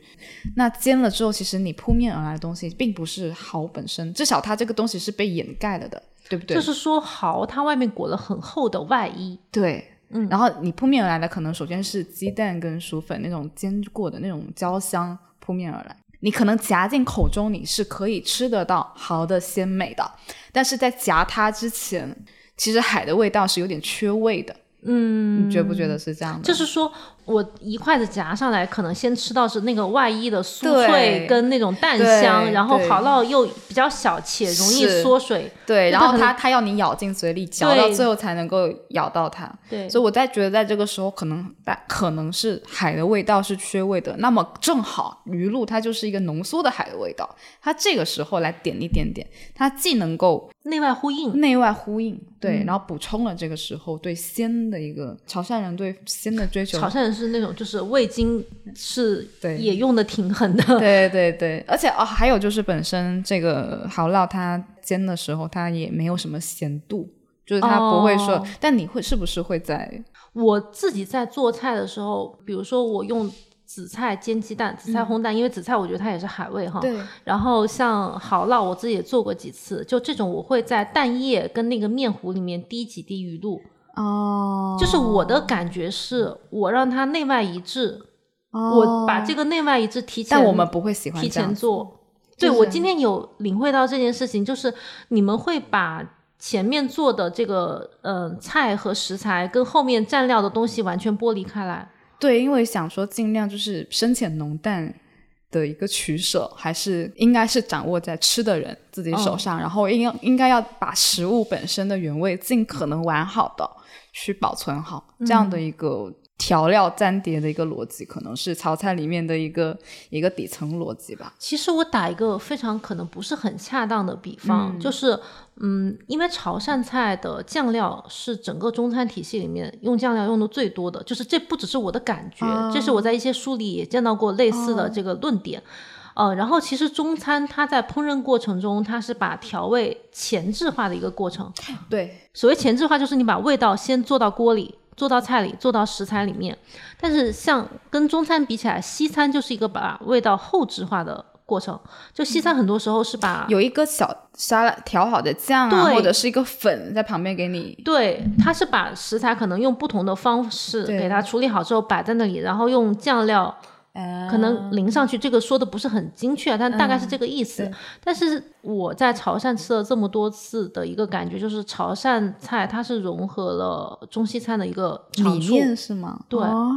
S2: 那煎了之后，其实你扑面而来的东西并不是蚝本身，至少它这个东西是被掩盖了的，对不对？
S1: 就是说蚝它外面裹了很厚的外衣。
S2: 对，
S1: 嗯
S2: 然后你扑面而来的可能首先是鸡蛋跟薯粉那种煎过的那种焦香扑面而来，你可能夹进口中你是可以吃得到蚝的鲜美的，但是在夹它之前，其实海的味道是有点缺味的，
S1: 嗯
S2: 你觉不觉得是这样的？
S1: 就是说我一筷子夹上来，可能先吃到是那个外衣的酥
S2: 对
S1: 脆跟那种蛋
S2: 对
S1: 香，然后
S2: 对
S1: 蚝烙又比较小且容易
S2: 是
S1: 缩水。
S2: 对，然
S1: 那
S2: 后
S1: 可能
S2: 它它要你咬进嘴里，嚼到
S1: 对
S2: 最后才能够咬到它。
S1: 对，
S2: 所以我在觉得，在这个时候，可能大可能是海的味道是缺味的。那么正好鱼露它就是一个浓缩的海的味道，它这个时候来点一点点，它既能够
S1: 内外呼应。
S2: 内外呼应，对，
S1: 嗯
S2: 然后补充了这个时候对鲜的一个潮汕人对鲜的追求
S1: 潮。汕人是那种就是味精是
S2: 对
S1: 也用的挺狠的。
S2: 对对对，而且哦，还有就是本身这个蚝烙它煎的时候，它也没有什么咸度，就是它不会说。
S1: 哦
S2: 但你会是不是会在
S1: 我自己在做菜的时候，比如说我用紫菜煎鸡蛋、紫菜烘蛋，因为紫菜我觉得它也是海味哈。
S2: 嗯对
S1: 然后像蚝烙，我自己也做过几次，就这种我会在蛋液跟那个面糊里面滴几滴鱼露，
S2: 哦
S1: 就是我的感觉是我让它内外一致，
S2: 哦
S1: 我把这个内外一致提前，
S2: 但我们不会喜欢
S1: 提
S2: 这样
S1: 前
S2: 子
S1: 做。
S2: 就
S1: 对，
S2: 是
S1: 我今天有领会到这件事情，就是你们会把前面做的这个呃菜和食材跟后面蘸料的东西完全剥离开来。
S2: 对，因为想说尽量就是深浅浓淡的一个取舍，还是应该是掌握在吃的人自己
S1: 嗯
S2: 手上，然后应该应该要把食物本身的原味尽可能完好的去保存好，这样
S1: 嗯
S2: 的一个。调料粘叠的一个逻辑，可能是潮菜里面的一个一个底层逻辑吧。
S1: 其实我打一个非常可能不是很恰当的比方，就是嗯，因为潮汕菜的酱料是整个中餐体系里面用酱料用的最多的，就是这不只是我的感觉，这是我在一些书里也见到过类似的这个论点。呃，然后其实中餐它在烹饪过程中，它是把调味前置化的一个过程。
S2: 对，
S1: 所谓前置化，就是你把味道先做到锅里，做到菜里，做到食材里面。但是像跟中餐比起来，西餐就是一个把味道后置化的过程。就西餐很多时候是把、
S2: 有一个小沙拉调好的酱啊，
S1: 对
S2: 或者是一个粉在旁边给你。
S1: 对，它是把食材可能用不同的方式
S2: 对
S1: 给它处理好之后摆在那里，然后用酱料
S2: 嗯
S1: 可能淋上去。这个说的不是很精确，啊但大概是这个意思。
S2: 对
S1: 但是我在潮汕吃了这么多次的一个感觉，就是潮汕菜它是融合了中西餐的一个长
S2: 理
S1: 处。
S2: 念是吗？
S1: 对
S2: 哦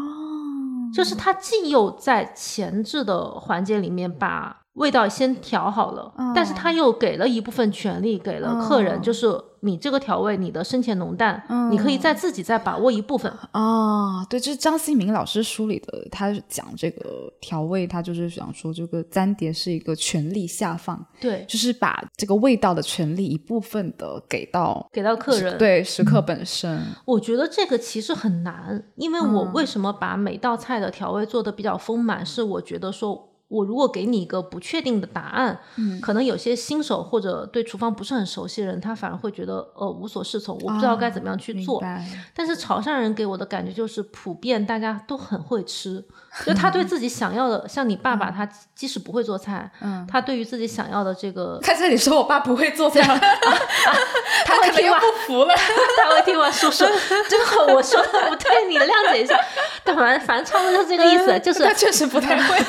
S1: 就是它既又在前置的环节里面把味道先调好了，但是它又给了一部分权利给了客人，
S2: 哦
S1: 就是你这个调味，你的深浅浓淡，你可以再自己再把握一部分。
S2: 啊，对，这是张新民老师书里的，他讲这个调味，他就是想说，这个粘碟是一个权力下放，
S1: 对，
S2: 就是把这个味道的权利一部分的给到
S1: 给到客人。，嗯
S2: 对食客本身。
S1: 我觉得这个其实
S2: 嗯
S1: 很难，因为我为什么把每道菜的调味做得比较丰满，是我觉得说。我如果给你一个不确定的答案，
S2: 嗯
S1: 可能有些新手或者对厨房不是很熟悉的人，他反而会觉得呃无所适从，我不知道该怎么样去做。
S2: 哦明白
S1: 但是潮汕人给我的感觉就是，普遍大家都很会吃，
S2: <laughs>
S1: 就他对自己想要的，像你爸爸，他即使不会做菜，
S2: 嗯
S1: 他对于自己想要的这个，
S2: 他这里说我爸不会做菜，
S1: <laughs> 会
S2: 他可能
S1: 听
S2: 又
S1: 话
S2: 不服了。
S1: <laughs>
S2: 嗯
S1: 他会听我叔
S2: <laughs>
S1: 叔，这个我说的不对，你谅解一下。 <laughs> 但反正反正差不多就是这个意思，就是
S2: 嗯他嗯确实不太会。
S1: <laughs>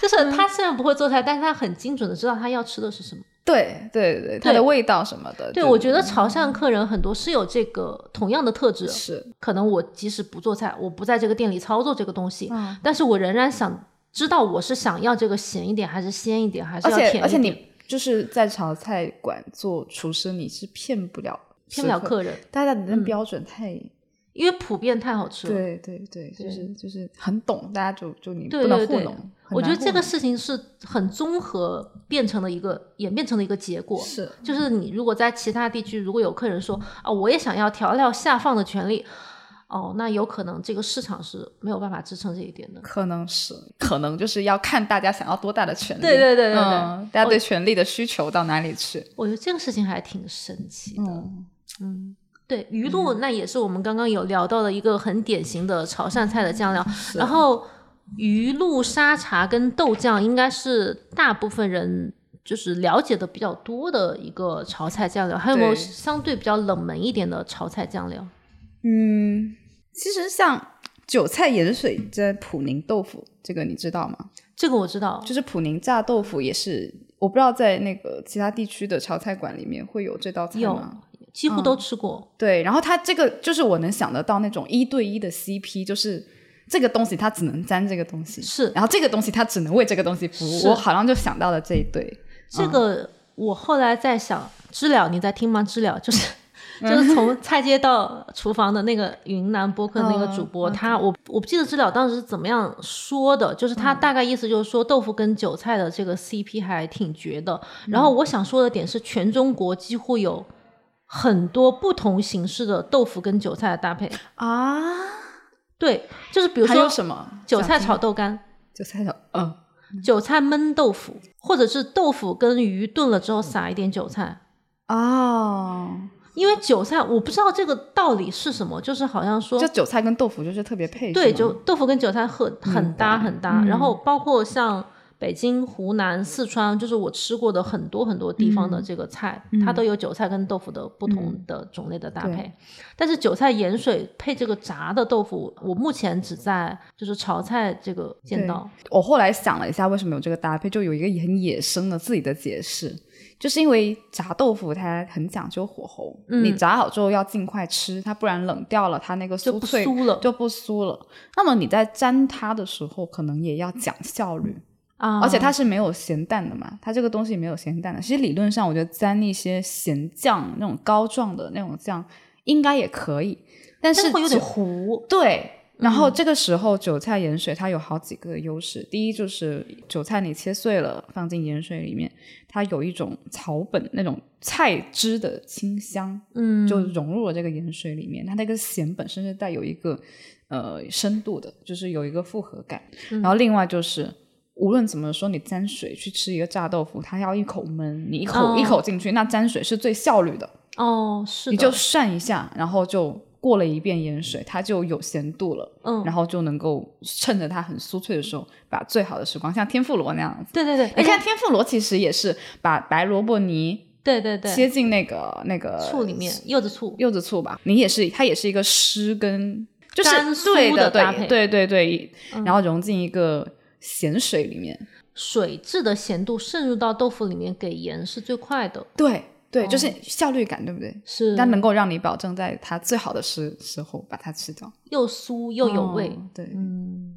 S1: 就是他虽然不会做菜，但是他很精准的知道他要吃的是什么。
S2: 对对对，它的味道什么的，
S1: 对，
S2: 就
S1: 我觉得潮汕客人很多是有这个同样的特质，
S2: 是，
S1: 可能我即使不做菜，我不在这个店里操作这个东西，
S2: 嗯，
S1: 但是我仍然想知道我是想要这个咸一点，还是鲜一点，还是
S2: 而
S1: 要甜一
S2: 且
S1: 点。
S2: 而且你就是在潮菜馆做厨师，你是骗不了
S1: 骗不了
S2: 食客，
S1: 客人，
S2: 大家的标准太、
S1: 因为普遍太好吃了。
S2: 嗯对对对，就是就是很懂，大家就就你
S1: 对
S2: 不能
S1: 对
S2: 糊
S1: 对
S2: 弄。很
S1: 我觉
S2: 难
S1: 得这
S2: 糊
S1: 个
S2: 弄
S1: 事情是很综合变成的一个演变成的一个结果。
S2: 是
S1: 就是你如果在其他地区，如果有客人说啊，我也想要调料下放的权利，哦，那有可能这个市场是没有办法支撑这一点的。
S2: 可能是可能就是要看大家想要多大的权利，
S1: 对对对对对
S2: 嗯，大家对权利的需求到哪里去？
S1: 我觉得这个事情还挺神奇的。
S2: 嗯，
S1: 嗯，对，鱼露那也是我们刚刚有聊到的一个很典型的潮汕菜的酱料。
S2: <laughs> 是啊
S1: 然后鱼露沙茶跟豆酱应该是大部分人就是了解的比较多的一个潮菜酱料。还有没有
S2: 对
S1: 相对比较冷门一点的潮菜酱料？
S2: 嗯，其实像韭菜盐水蒸普宁豆腐，这个你知道吗？
S1: 这个我知道，
S2: 就是普宁炸豆腐也是，我不知道在那个其他地区的潮菜馆里面会有这道菜
S1: 有
S2: 吗？
S1: 几
S2: 嗯
S1: 乎都吃过。
S2: 对，然后它这个就是我能想得到那种一对一的 CP，就是这个东西它只能沾这个东西，
S1: 是
S2: 然后这个东西它只能为这个东西服
S1: 是
S2: 务。我好像就想到了这一对，
S1: 这个我后来在想，知了你在听吗？知了就是。就是
S2: 嗯 <laughs>
S1: 从菜街到厨房的那个云南播客那个主
S2: 嗯
S1: 播，他我我不记得知了当时是怎么样说的，就是
S2: 嗯
S1: 他大概意思就是说豆腐跟韭菜的这个 CP 还挺绝的。
S2: 嗯
S1: 然后我想说的点是，全中国几乎有很多不同形式的豆腐跟韭菜的搭配。
S2: 啊，
S1: 对，就是比如
S2: 还有
S1: 说
S2: 什么
S1: 韭菜
S2: 想听
S1: 炒豆干，
S2: 韭菜炒，嗯，
S1: 韭菜焖豆腐，或者是豆腐跟鱼炖了之后撒一点韭菜。
S2: 哦，
S1: 因为韭菜，我不知道这个道理是什么，就是好像说
S2: 就，韭菜跟豆腐就是特别配，
S1: 对，
S2: 是吗嗯
S1: 就豆腐跟韭菜很很搭很搭。然后包括像北京、湖南、四川，就是我吃过的很多很多地方
S2: 嗯
S1: 的这个菜，它都有韭菜跟豆腐的不同的种类的搭配。
S2: 对
S1: 但是韭菜盐水配这个炸的豆腐，我目前只在就是潮菜这个见
S2: 对
S1: 到。
S2: 我后来想了一下，为什么有这个搭配，就有一个很野生的自己的解释，就是因为炸豆腐它很讲究火候，
S1: 嗯
S2: 你炸好之后要尽快吃，它不然冷掉了，它那个
S1: 就
S2: 酥
S1: 不
S2: 脆
S1: 酥了
S2: 就不酥了。那么你在沾它的时候，可能也要讲效率，
S1: 啊，
S2: 而且它是没有咸淡的嘛，它这个东西没有咸淡的。其实理论上，我觉得沾一些咸酱那种膏状的那种酱应该也可以，但
S1: 但
S2: 是
S1: 是会有点
S2: 就
S1: 糊，嗯
S2: 对，然后这个时候韭菜盐水它有好几个优势，第一就是韭菜你切碎了放进盐水里面，它有一种草本那种菜汁的清香，
S1: 嗯，
S2: 就融入了这个盐水里面。它那个咸本身是带有一个呃深度的，就是有一个复合感。
S1: 嗯
S2: 然后另外就是。无论怎么说，你沾水去吃一个炸豆腐，它要一口闷，你一口、
S1: 哦
S2: 一口进去，那沾水是最效率的。
S1: 哦，是的，
S2: 你就涮一下，然后就过了一遍盐水，它就有咸度了，
S1: 嗯
S2: 然后就能够趁着它很酥脆的时候，把最好的时光，像天妇罗那样子。
S1: 对对对，
S2: 你
S1: 而且
S2: 看天妇罗其实也是把白萝卜泥
S1: 对对对，
S2: 切进那个那个
S1: 醋里
S2: 呃
S1: 面柚子醋，
S2: 柚子醋吧，你也是，它也是一个湿跟就是
S1: 干酥
S2: 对
S1: 的搭配嗯
S2: 对对对对，然后融进一个咸水里面，
S1: 水质的咸度渗入到豆腐里面给盐是最快的，
S2: 对
S1: 哦
S2: 对，就是效率感，对不对？
S1: 是
S2: 它能够让你保证在它最好的时时候把它吃掉，
S1: 又酥又有味。
S2: 哦对，
S1: 嗯，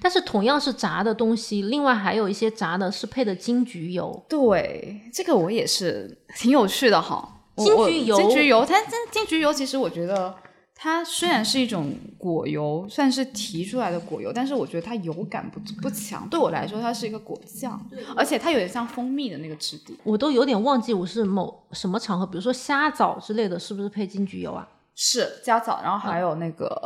S1: 但是同样是炸的东西，另外还有一些炸的是配的金桔油，
S2: 对，这个我也是挺有趣的哈。我
S1: 金
S2: 我
S1: 桔油
S2: 金桔油，它但金桔油其实我觉得它虽然是一种果油，算是提出来的果油，但是我觉得它油感不不强。对我来说，它是一个果酱，而且它有点像蜂蜜的那个质地。
S1: 我都有点忘记我是某什么场合，比如说虾枣之类的，是不是配金桔油啊？
S2: 是加枣，然后还有那个、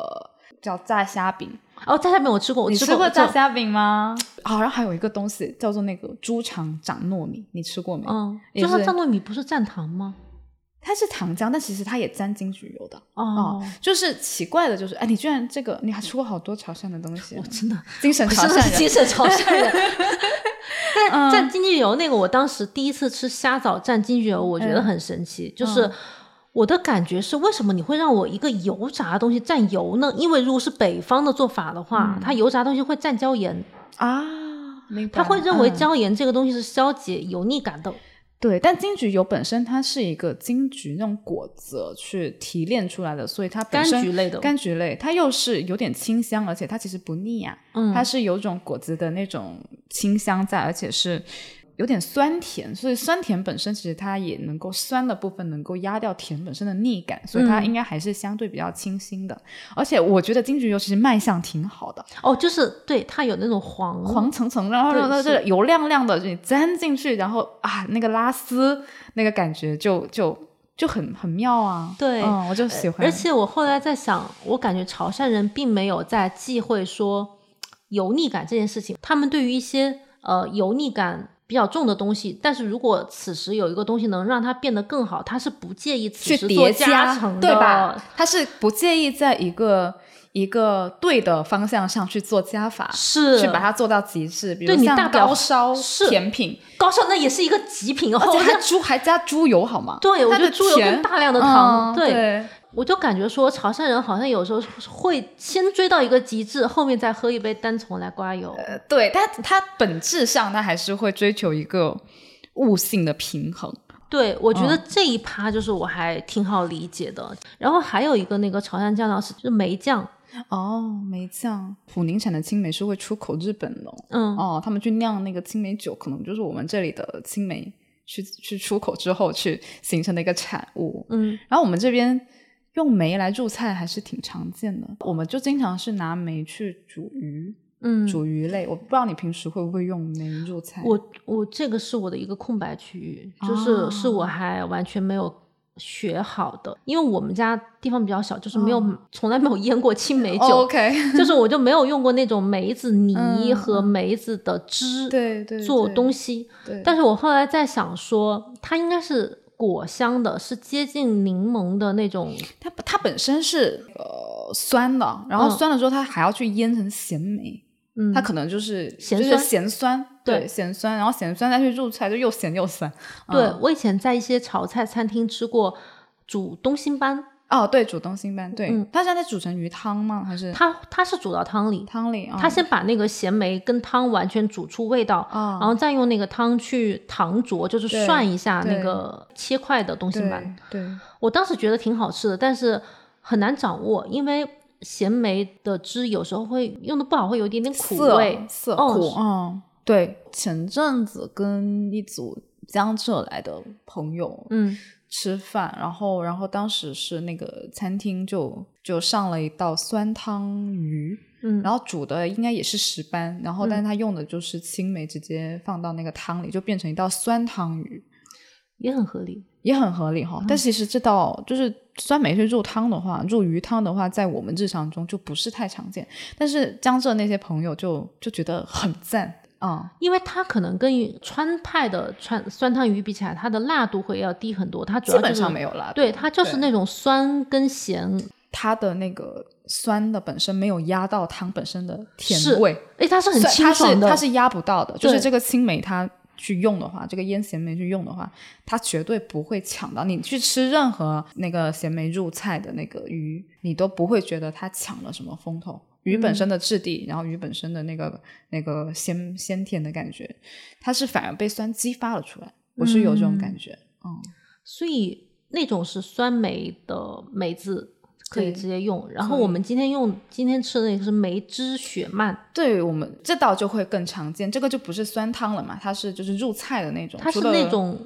S2: 叫炸虾饼。
S1: 哦，炸虾饼我吃过，我
S2: 你
S1: 吃
S2: 吃过
S1: 过
S2: 炸
S1: 这
S2: 虾饼吗？好、然后还有一个东西叫做那个猪肠长糯米，你吃过没？
S1: 嗯，
S2: 也
S1: 就是是蘸糯米不是蘸糖吗？
S2: 它是糖浆，但其实它也沾金桔油的。
S1: 哦， <laughs>
S2: 就是奇怪的，就是哎，你居然这个你还吃过好多潮汕的东西
S1: 我，真的
S2: 精神
S1: 我
S2: 潮
S1: 真的是
S2: 汕
S1: 精
S2: 人。嗯
S1: 神潮汕
S2: <laughs>
S1: 人。但蘸金桔油那个，我当时第一次吃虾枣蘸金桔油，我
S2: 嗯
S1: 觉得很神奇。就是我的感觉是，为什么你会让我一个油炸的东西蘸油呢？因为如果是北方的做法的话，
S2: 嗯
S1: 它油炸东西会蘸椒盐，
S2: 啊，明白
S1: 他会认为
S2: 嗯
S1: 椒盐这个东西是消解油腻感的。
S2: 对，但金桔油本身它是一个金桔那种果子去提炼出来的，所以它本
S1: 柑
S2: 身
S1: 橘类的
S2: 柑橘类，它又是有点清香，而且它其实不腻啊，
S1: 嗯
S2: 它是有种果子的那种清香在，而且是有点酸甜，所以酸甜本身其实它也能够酸的部分能够压掉甜本身的腻感，所以它
S1: 嗯
S2: 应该还是相对比较清新的。而且我觉得金桔油其实卖相挺好的，
S1: 哦，就是对它有那种黄
S2: 黄层层，然后
S1: 哦对
S2: 让它
S1: 是
S2: 这油亮亮的，你粘进去，然后啊，那个拉丝那个感觉就就就很很妙啊。
S1: 对呃
S2: 嗯，我就喜欢。
S1: 而且我后来在想，我感觉潮汕人并没有在忌讳说油腻感这件事情，他们对于一些呃油腻感。比较重的东西，但是如果此时有一个东西能让它变得更好，他是不介意此
S2: 去
S1: 时做
S2: 叠加
S1: 成的，
S2: 对吧？？他是不介意在一个一个对的方向上去做加法，
S1: 是
S2: 去把它做到极致，比
S1: 对
S2: 如
S1: 你
S2: 像
S1: 大不了
S2: 高烧
S1: 是
S2: 甜品，
S1: 高效那也是一个极品哦，
S2: 而且
S1: 我
S2: 还
S1: 就
S2: 猪还加猪油，好吗？
S1: 对我
S2: 它
S1: 觉得
S2: 的
S1: 猪油
S2: 甜
S1: 跟大量的糖，
S2: 嗯
S1: 对
S2: 对
S1: 我就感觉说潮汕人好像有时候会先追到一个极致，后面再喝一杯单丛来刮油。
S2: 呃对，但它本质上它还是会追求一个悟性的平衡。
S1: 对，我
S2: 嗯
S1: 觉得这一趴就是我还挺好理解的。然后还有一个那个潮汕酱料是就是梅酱，
S2: 哦，梅酱，普宁产的青梅是会出口日本的哦。
S1: 嗯，
S2: 哦，他们去酿那个青梅酒，可能就是我们这里的青梅去去出口之后去形成的一个产物。
S1: 嗯，
S2: 然后我们这边用梅来做菜还是挺常见的，我们就经常是拿梅去煮鱼，
S1: 嗯
S2: 煮鱼类。我不知道你平时会不会用梅入菜？
S1: 我我这个是我的一个空白区域，就是
S2: 哦
S1: 是我还完全没有。学好的，因为我们家地方比较小，就是没有、
S2: 哦
S1: 从来没有腌过青梅酒，
S2: OK，
S1: 就是我就没有用过那种梅子泥
S2: 哦嗯
S1: 和梅子的汁，
S2: <laughs> 对对，
S1: 做东
S2: 西，
S1: 西。
S2: 对，
S1: 但是我后来在想说，它应该是果香的，是接近柠檬的那种。
S2: 它它本身是呃酸的，然后
S1: 嗯
S2: 酸了之后它还要去腌成咸梅。
S1: 嗯，
S2: 它可能就是
S1: 咸
S2: 就是
S1: 酸
S2: 咸酸，
S1: 对
S2: 对咸酸，然后咸酸再去入菜，就又咸又酸。
S1: 对、
S2: 嗯
S1: 我以前在一些潮菜餐厅吃过煮东星斑，
S2: 哦，对，煮东星斑，对
S1: 嗯，
S2: 它现在煮成鱼汤吗？还是
S1: 它它是煮到汤里，
S2: 汤里？啊
S1: 它先把那个咸梅跟汤完全煮出味道。然
S2: 啊，
S1: 后再用那个汤去糖灼，就是
S2: 对
S1: 涮一下那
S2: 对
S1: 个切块的东星斑
S2: 对。对，
S1: 我当时觉得挺好吃的，但是很难掌握，因为咸梅的汁有时候会用的不好，会有一点点苦
S2: 涩
S1: 味。
S2: 涩
S1: 哦
S2: 苦，
S1: 是
S2: 嗯，对。前阵子跟一组江浙来的朋友，
S1: 嗯
S2: 吃饭，然后然后当时是那个餐厅就就上了一道酸汤鱼，
S1: 嗯
S2: 然后煮的应该也是石斑，然后
S1: 嗯
S2: 但是它用的就是青梅，直接放到那个汤里，就变成一道酸汤鱼，
S1: 也很合理。
S2: 也很合理哈。但其实这道就是酸梅去入汤的话，入鱼汤的话，在我们日常中就不是太常见，但是江浙那些朋友就就觉得很赞啊、
S1: 因为它可能跟川派的川酸汤鱼比起来，它的辣度会要低很多。它主要、就是、
S2: 基本上没有啦。
S1: 对，它就是
S2: 对
S1: 那种酸跟咸，
S2: 它的那个酸的本身没有压到汤本身的甜
S1: 是
S2: 味。
S1: 哎，它是很
S2: 虽
S1: 清
S2: 然
S1: 爽的。
S2: 它是它是压不到的，就是
S1: 对
S2: 这个青梅它去用的话，这个腌咸梅去用的话，它绝对不会抢到你去吃任何那个咸梅入菜的那个鱼，你都不会觉得它抢了什么风头。鱼本
S1: 嗯
S2: 身的质地，然后鱼本身的那个那个鲜鲜甜的感觉，它是反而被酸激发了出来。我是有这种感觉，嗯，
S1: 所以那种是酸梅的梅子可以
S2: 对
S1: 直接用。然后
S2: 可以
S1: 我们今天用今天吃的那个是梅汁雪鳗，
S2: 对于我们这道就会更常见，这个就不是酸汤了嘛，它是就是入菜的那种，
S1: 它是
S2: 除了
S1: 那种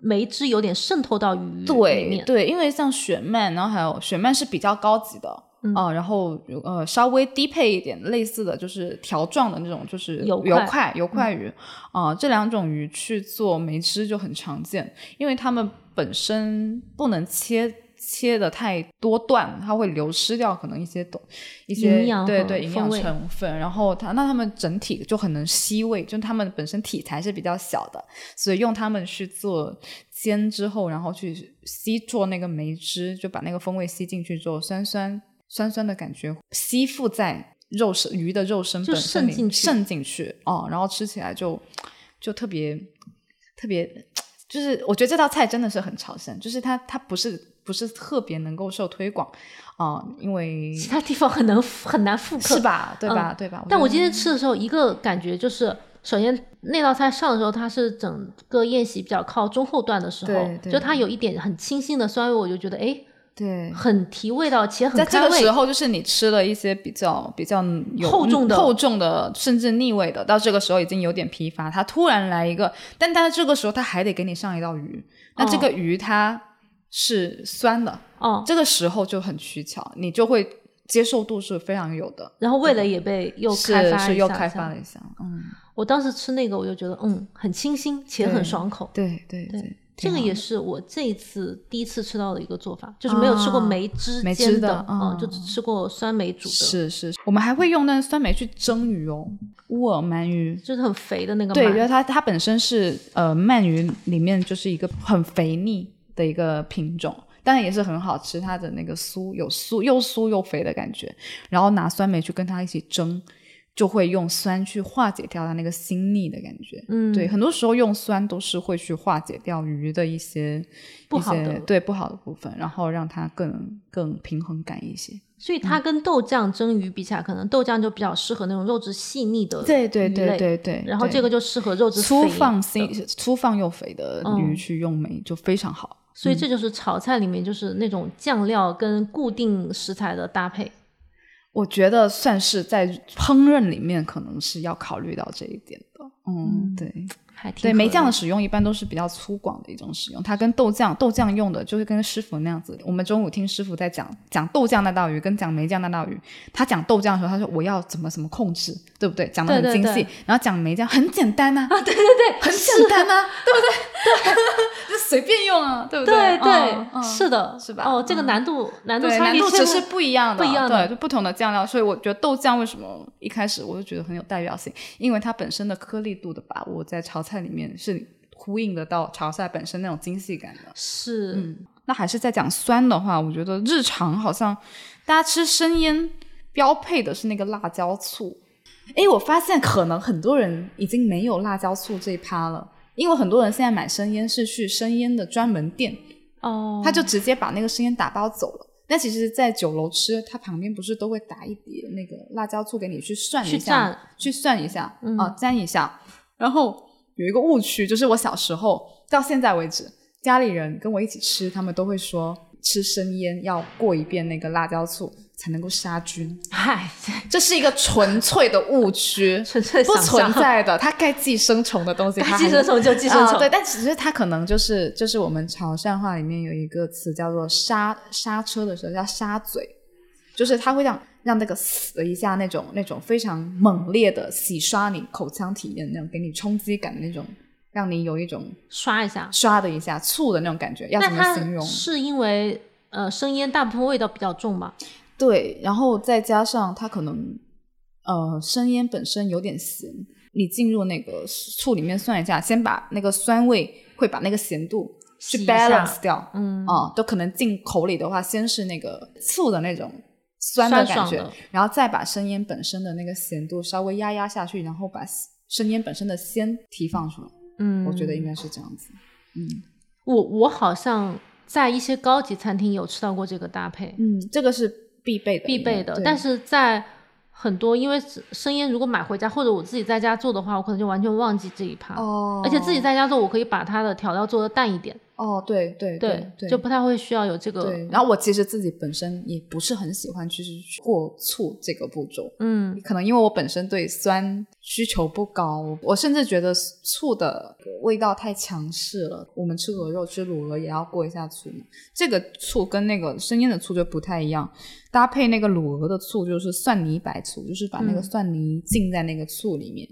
S1: 梅汁有点渗透到鱼里
S2: 对
S1: 面。
S2: 对，因为像雪漫，然后还有雪漫是比较高级的。
S1: 嗯
S2: 啊、然后呃，稍微低配一点，类似的就是条状的那种，就是
S1: 油
S2: 油
S1: 块嗯
S2: 块油块鱼啊、这两种鱼去做梅汁就很常见，因为它们本身不能切切的太多段，它会流失掉可能一些东一些
S1: 营养
S2: 对
S1: 和
S2: 对营
S1: 风
S2: 养
S1: 味
S2: 成分，然后它那它们整体就很能吸味，就它们本身体材是比较小的，所以用它们去做煎之后，然后去吸做那个梅汁，就把那个风味吸进去之后，酸酸酸酸的感觉吸附在肉身鱼的肉身
S1: 就
S2: 本身
S1: 渗
S2: 里
S1: 进去
S2: 渗进去哦，然后吃起来就就特别特别，就是我觉得这道菜真的是很朝圣，就是它它不是不是特别能够受推广啊、因为
S1: 其他地方很难很难复刻
S2: 是。吧？嗯对吧？对吧？
S1: 嗯但我
S2: 觉
S1: 今天吃的时候，一个感觉就是，首先那道菜上的时候，它是整个宴席比较靠中后段的时
S2: 对
S1: 候，
S2: 对
S1: 就它有一点很清新的酸味，我就觉得哎，
S2: 得对。
S1: 很提味道且很
S2: 在这
S1: 开
S2: 个时
S1: 胃。
S2: 候，就是你吃了一些比较比较有
S1: 厚重的
S2: 厚重的，甚至腻味的，到这个时候已经有点疲乏。他突然来一个，但他这个时候他还得给你上一道鱼，那这个鱼它是酸的，
S1: 哦，
S2: 这个时候就很取巧，你就会接受度是非常有的。
S1: 然后味蕾也被又
S2: 是
S1: 开发
S2: 是又
S1: 一下
S2: 开
S1: 这样
S2: 发了一下，嗯，
S1: 我当时吃那个，我就觉得嗯，很清新且很
S2: 对
S1: 爽口。
S2: 对对
S1: 对
S2: 对，
S1: 这
S2: 挺
S1: 个
S2: 好
S1: 也是我这一次第一次吃到的一个做法，就是没有吃过
S2: 啊
S1: 梅汁
S2: 梅
S1: 煎
S2: 汁的
S1: 的，嗯，
S2: 嗯
S1: 就只吃过酸梅煮的，
S2: 是是，是我们还会用那酸梅去蒸鱼哦，乌尔鳗鱼。
S1: 就是很肥的那个
S2: 对，因
S1: 鳗
S2: 为它它本身是呃鳗鱼里面就是一个很肥腻的一个品种，但也是很好吃，它的那个酥有酥又酥又肥的感觉，然后拿酸梅去跟它一起蒸，就会用酸去化解掉它那个腥腻的感觉。
S1: 嗯，
S2: 对，，很多时候用酸都是会去化解掉鱼的一些
S1: 不
S2: 一
S1: 好
S2: 些
S1: 的
S2: 对不好的部分，然后让它更更平衡感一些。
S1: 所以它跟豆酱蒸鱼比起来，可能豆酱就比较适合那种肉质细腻的，
S2: 对对
S1: 鱼
S2: 对
S1: 类
S2: 对对。
S1: 然后
S2: 对
S1: 这个就适合肉质
S2: 粗
S1: 肥
S2: 放
S1: 的
S2: 心粗放又肥的
S1: 嗯
S2: 鱼去用梅就非常好。
S1: 所以这就是炒菜里面就是那种酱料跟固定食材的搭配。
S2: 我觉得算是在烹饪里面，可能是要考虑到这一点的。嗯，对
S1: 还挺
S2: 对，
S1: 合
S2: 梅酱
S1: 理 <laughs>
S2: 的使用一般都是比较粗犷的一种使用，它跟豆酱豆酱用的就是跟师傅那样子。我们中午听师傅在讲讲豆酱那道鱼跟讲梅酱那道鱼，他讲豆酱的时候，他说我要怎么怎么控制，对不对？讲的很
S1: 对对
S2: 精细，
S1: 对
S2: 然后讲梅酱很简单呐、啊，对对对，很简单呐、啊，对不对？ <laughs> 就随便用啊，对不
S1: 对
S2: 嗯
S1: 对，
S2: 嗯
S1: 是的，
S2: 是吧
S1: 哦，这个
S2: 嗯
S1: 难度难度
S2: 对，
S1: 差
S2: 难
S1: 异
S2: 度只
S1: 真
S2: 是
S1: 的
S2: 不一样的，
S1: 不一样的
S2: 对，就不同的酱料。所以我觉得豆酱为什么一开始我就觉得很有代表性，因为它本身的颗粒度的把握在潮菜里面是呼应得到潮菜本身那种精细感的。
S1: 是
S2: 那还是在讲酸的话，我觉得日常好像大家吃生腌标配的是那个辣椒醋。诶，我发现可能很多人已经没有辣椒醋这一趴了，因为很多人现在买生腌是去生腌的专门店，
S1: 哦，
S2: 他就直接把那个生腌打包走了。那其实，在酒楼吃，它旁边不是都会打一碟那个辣椒醋给你去涮一
S1: 去
S2: 下
S1: 蘸，
S2: 去涮一下，
S1: 嗯
S2: 啊，蘸一下。然后有一个误区，就是我小时候到现在为止，家里人跟我一起吃，他们都会说吃生腌要过一遍那个辣椒醋才能够杀菌，
S1: <laughs> 嗨，，
S2: 这是一个纯粹的误区
S1: <laughs> 纯粹
S2: 不
S1: 想象
S2: 存在的。它该寄生虫的东西，它
S1: 该
S2: 还
S1: 寄
S2: 是
S1: 生虫就寄生虫，
S2: 啊对，但其实它可能就是就是我们潮汕话里面有一个词叫做刹刹车的时候叫刹嘴，就是它会让让那个死一下那种那种非常猛烈的洗刷你口腔体验那种给你冲击感的那种，让你有一种
S1: 刷一下。
S2: 刷的一下醋的那种感觉，要
S1: 那
S2: 怎么形
S1: 它
S2: 容？
S1: 是因为呃生腌大部分味道比较重嘛？
S2: 对，然后再加上它可能呃生腌本身有点咸，你进入那个醋里面涮一下，先把那个酸味会把那个咸度
S1: 洗
S2: 去
S1: 一下
S2: balance 掉，
S1: 嗯，
S2: 啊、都可能进口里的话，先是那个醋的那种酸的
S1: 酸
S2: 感
S1: 爽
S2: 觉，
S1: 的
S2: 然后再把生腌本身的那个咸度稍微压压下去，然后把生腌本身的鲜提放出来。
S1: 嗯，
S2: 我觉得应该是这样子。嗯
S1: 我我好像在一些高级餐厅有吃到过这个搭配，
S2: 嗯，这个是必备的，
S1: 必备的
S2: 对。
S1: 但是在很多因为生腌如果买回家或者我自己在家做的话，我可能就完全忘记这一趴。
S2: 哦，
S1: 而且自己在家做，我可以把它的调料做的淡一点，
S2: 哦，对对
S1: 对，
S2: 对，
S1: 就不太会需要有这个，
S2: 对。然后我其实自己本身也不是很喜欢去去过醋这个步骤，
S1: 嗯，
S2: 可能因为我本身对酸需求不高，我我甚至觉得醋的味道太强势了。我们吃鹅肉、吃卤鹅也要过一下醋嘛。这个醋跟那个生腌的醋就不太一样，搭配那个卤鹅的醋就是蒜泥白醋，就是把那个
S1: 嗯
S2: 蒜泥浸在那个醋里面。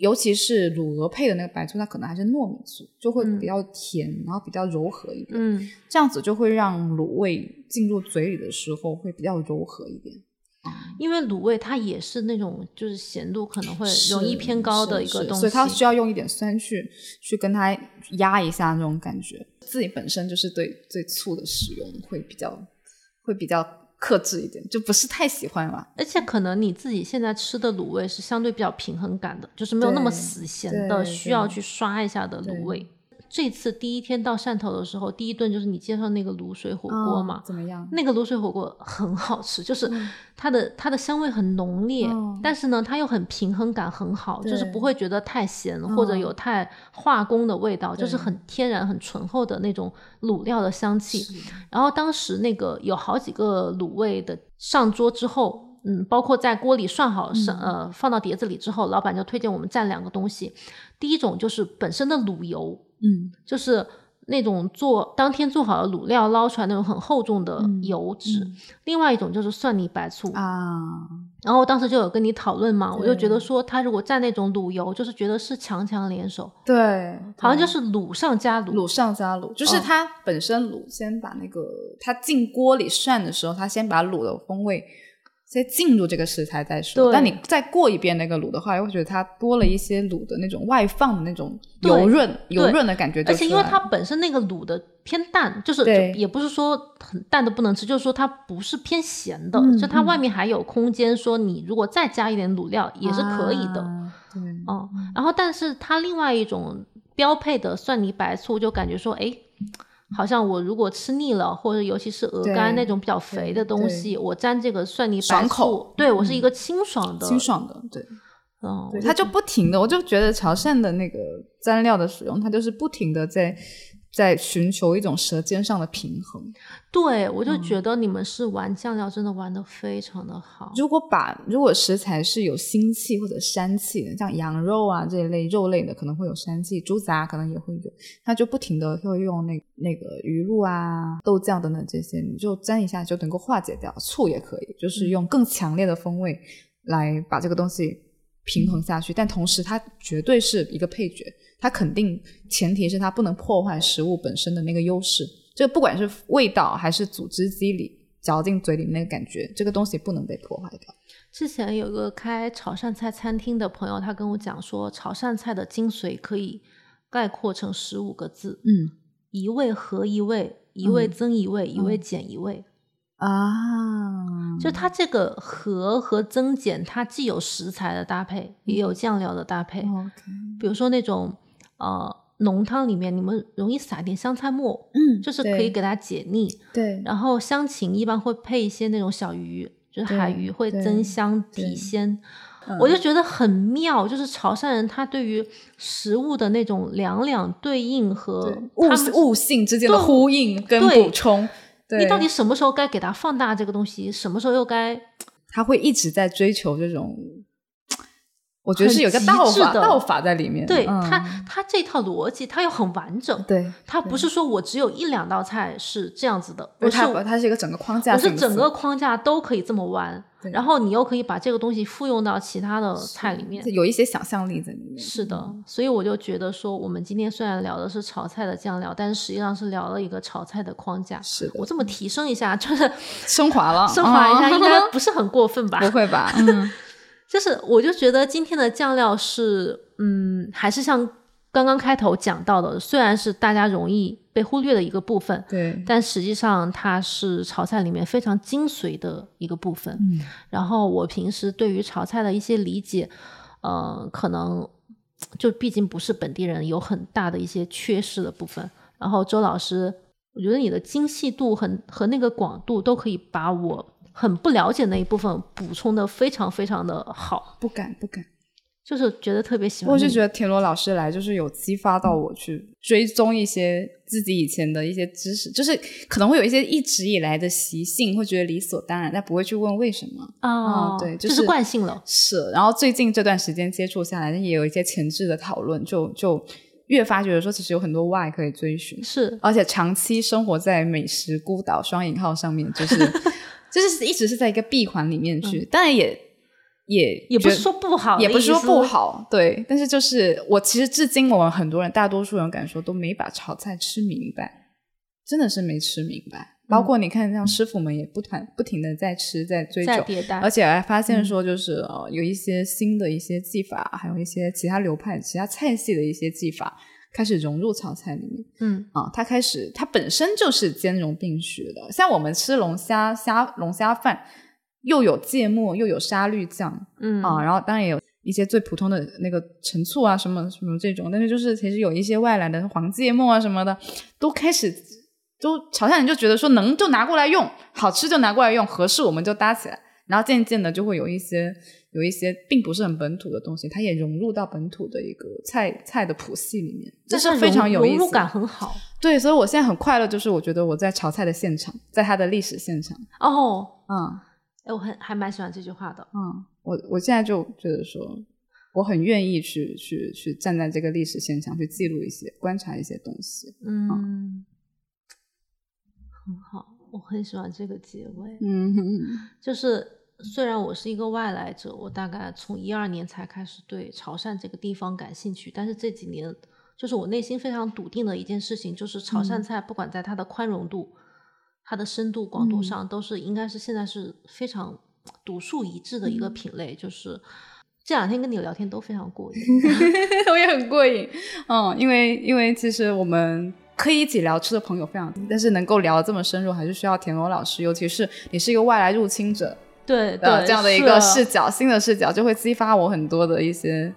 S2: 尤其是卤鹅配的那个白醋，它可能还是糯米醋，就会比较甜，然后比较柔和一点。
S1: 嗯，
S2: 这样子就会让卤味进入嘴里的时候会比较柔和一点。
S1: 因为卤味它也是那种就是咸度可能会
S2: 是
S1: 容易偏高的
S2: 是
S1: 一个
S2: 是
S1: 东西，
S2: 所以它需要用一点酸去去跟它压一下那种感觉。自己本身就是对对醋的使用会比较会比较克制一点，就不是太喜欢吧。
S1: 而且可能你自己现在吃的卤味是相对比较平衡感的，就是没有那么
S2: 对
S1: 死咸
S2: 对
S1: 的，需要
S2: 对
S1: 去刷一下的
S2: 对
S1: 卤味。这次第一天到汕头的时候，第一顿就是你介绍那个卤水火锅
S2: 嗯
S1: 嘛，
S2: 怎么样？
S1: 那个卤水火锅很好吃，就是
S2: 嗯
S1: 它的、它的香味很浓烈，
S2: 嗯
S1: 但是呢，它又很平衡感很好，就是
S2: 对
S1: 不会觉得太咸、或者
S2: 嗯
S1: 有太化工的味道，就是
S2: 对
S1: 很天然、很醇厚的那种卤料的香气。然后当时那个有好几个卤味的上桌之后。嗯，包括在锅里涮好上、
S2: 嗯
S1: 呃放到碟子里之后，老板就推荐我们蘸两个东西。第一种就是本身的卤油，
S2: 嗯
S1: 就是那种做当天做好的卤料捞出来那种很厚重的
S2: 嗯
S1: 油脂。
S2: 嗯
S1: 另外一种就是蒜泥白醋，
S2: 啊，
S1: 然后当时就有跟你讨论嘛，我就觉
S2: 对
S1: 得说他如果蘸那种卤油，就是觉得是强强联手，
S2: 对，
S1: 好像
S2: 对
S1: 就是卤上加卤。
S2: 卤上加卤，就是
S1: 嗯
S2: 它本身卤先把那个它进锅里涮的时候，它先把卤的风味先进入这个食材再说。
S1: 对
S2: 但你再过一遍那个卤的话，又会觉得它多了一些卤的那种外放的那种
S1: 对
S2: 油润油
S1: 对
S2: 润的感觉就
S1: 而
S2: 出
S1: 且
S2: 来了。
S1: 因为它本身那个卤的偏淡，就是
S2: 对
S1: 就也不是说很淡的不能吃，就是说它不是偏咸的，
S2: 嗯
S1: 就它
S2: 嗯
S1: 外面还有空间，说你如果再加一点卤料也是可以的。
S2: 啊对，
S1: 哦，然后但是它另外一种标配的蒜泥白醋，就感觉说，哎，好像我如果吃腻了，或者尤其是鹅肝
S2: 对
S1: 那种比较肥的东西，我蘸这个蒜泥白
S2: 爽
S1: 醋
S2: 口，嗯
S1: 对我是一个清爽的，
S2: 清爽的，对，
S1: 嗯，
S2: 对，它就不停的，我就觉得潮汕的那个蘸料的使用，它就是不停的在在寻求一种舌尖上的平衡。
S1: 对我
S2: 嗯
S1: 就觉得你们是玩酱料真的玩的非常的好，
S2: 如果把如果食材是有腥气或者膻气的，像羊肉啊这一类肉类的可能会有膻气，猪杂可能也会有，它就不停的会用那那个鱼露啊、豆酱等等这些，你就沾一下就能够化解掉。醋也可以，就是用更强烈的风味来把这个东西平衡下去，但同时它绝对是一个配角，它肯定前提是它不能破坏食物本身的那个优势。这不管是味道还是组织肌理，嚼进嘴里那个感觉，这个东西不能被破坏掉。
S1: 之前有一个开潮汕菜餐厅的朋友，他跟我讲说，潮汕菜的精髓可以概括成十五个字：
S2: 嗯
S1: 一味合一味，一味
S2: 嗯
S1: 增一味，一
S2: 嗯
S1: 味减一味。
S2: 啊，
S1: 就它这个和和增减，它既有食材的搭配，也
S2: 嗯
S1: 有酱料的搭配。
S2: OK，
S1: 比如说那种呃浓汤里面，你们容易撒点香菜末，
S2: 嗯
S1: 就是可以给它解腻。
S2: 对
S1: 然后香芹一般会配一些那种小鱼，就是海
S2: 对
S1: 鱼会
S2: 对
S1: 增香
S2: 对嗯
S1: 提鲜。我就觉得很妙，就是潮汕人他对于食物的那种两两对应和
S2: 对
S1: 他
S2: 物
S1: 们
S2: 性物性之间的呼应跟
S1: 对
S2: 补充，对
S1: 你到底什么时候该给它放大这个东西，什么时候又该
S2: 他会一直在追求这种，我觉得
S1: 很
S2: 是有一个
S1: 极
S2: 道
S1: 致
S2: 法
S1: 的
S2: 道法在里面。
S1: 对、
S2: 嗯
S1: 它，它这套逻辑，它又很完整。
S2: 对，
S1: 它不是说我只有一两道菜是这样子的，
S2: 不
S1: 我
S2: 是
S1: 是
S2: 它它是一个整个框架
S1: 我
S2: 性
S1: 是
S2: 的思，
S1: 整个框架都可以这么玩
S2: 对，
S1: 然后你又可以把这个东西复用到其他的菜里面。
S2: 有一些想象力在里面。嗯
S1: 是的，所以我就觉得说，我们今天虽然聊的是炒菜的酱料，但是实际上是聊了一个炒菜的框架。
S2: 是的嗯
S1: 我，这么提升一下，就是 <laughs>
S2: 升华了，
S1: 升华一下，
S2: 嗯
S1: 应
S2: <laughs>
S1: 该不是很过分吧？
S2: 不会吧？
S1: <laughs>
S2: 嗯，
S1: 就是我就觉得今天的酱料是，嗯，还是像刚刚开头讲到的，虽然是大家容易被忽略的一个部分，
S2: 对，
S1: 但实际上它是炒菜里面非常精髓的一个部分。
S2: 嗯
S1: 然后我平时对于炒菜的一些理解，呃，可能就毕竟不是本地人，有很大的一些缺失的部分。然后周老师，我觉得你的精细度很和那个广度都可以把我很不了解那一部分补充的非常非常的好，
S2: 不敢不敢。
S1: 就是觉得特别喜欢
S2: 我
S1: 你。嗯
S2: 是觉得田螺老师来就是有激发到我去追踪一些自己以前的一些知识，就是可能会有一些一直以来的习性，会觉得理所当然，但不会去问为什么。
S1: 啊、
S2: 嗯对
S1: 这
S2: 就是
S1: 是惯性了。
S2: 是，然后最近这段时间接触下来，也有一些前置的讨论，就就越发觉得说，其实有很多 why 可以追寻。
S1: 是，
S2: 而且长期生活在美食
S1: <laughs>
S2: 孤岛（双引号）上面，就是就是一直是在一个闭环里面去，当然也也
S1: 嗯也不是
S2: 觉
S1: 说不好，
S2: 也不是说不
S1: 好。
S2: 好，对，但是就是我其实至今我们很多人，大多数人敢说都没把炒菜吃明白，真的是没吃明白。
S1: 嗯
S2: 包括你看，像师傅们也不团不停的在吃，在追
S1: 在嗯
S2: 求，
S1: 迭代，
S2: 而且还发现说，就是、呃有一些新的一些技法，还有一些其他流派、其他菜系的一些技法开始融入炒菜里面
S1: 嗯
S2: 啊。它开始它本身就是兼容并蓄的，像我们吃龙虾虾龙虾饭，又有芥末，又有沙律酱，
S1: 嗯
S2: 啊，然后当然也有一些最普通的那个陈醋啊，什么什么这种，但是就是其实有一些外来的黄芥末啊什么的，都开始都潮汕人就觉得说能就拿过来用，好吃就拿过来用，合适我们就搭起来，然后渐渐的就会有一些有一些并不是很本土的东西，它也融入到本土的一个菜菜的谱系里面，这
S1: 但
S2: 是
S1: 它
S2: 非常
S1: 融
S2: 有意
S1: 融入
S2: 思的。
S1: 感很好
S2: 对，所以我现在很快乐，就是我觉得我在潮菜的现场，在它的历史现场，
S1: 哦。
S2: 嗯。
S1: 哎，我很还蛮喜欢这句话的。
S2: 嗯，我我现在就觉得说，我很愿意去去去站在这个历史现场去记录一些、观察一些东西。
S1: 嗯，很好，我很喜欢这个结尾。
S2: 嗯 <laughs>
S1: 就是虽然我是一个外来者，我大概从一二年才开始对潮汕这个地方感兴趣，但是这几年就是我内心非常笃定的一件事情，就是潮汕
S2: 嗯
S1: 菜不管在它的宽容度、它的深度、广
S2: 嗯
S1: 度上，都是应该是现在是非常独树一帜的一个
S2: 嗯
S1: 品类。就是这两天跟你聊天都非常过
S2: <laughs>
S1: 瘾。
S2: 我也很过瘾。嗯，因为因为其实我们。可以一起聊吃的朋友非常多，但是能够聊得这么深入，还是需要田螺老师，尤其是你是一个外来入侵者
S1: 对
S2: 的
S1: 对，
S2: 啊这样的一个
S1: 是啊
S2: 视角，新的视角就会激发我很多的一些，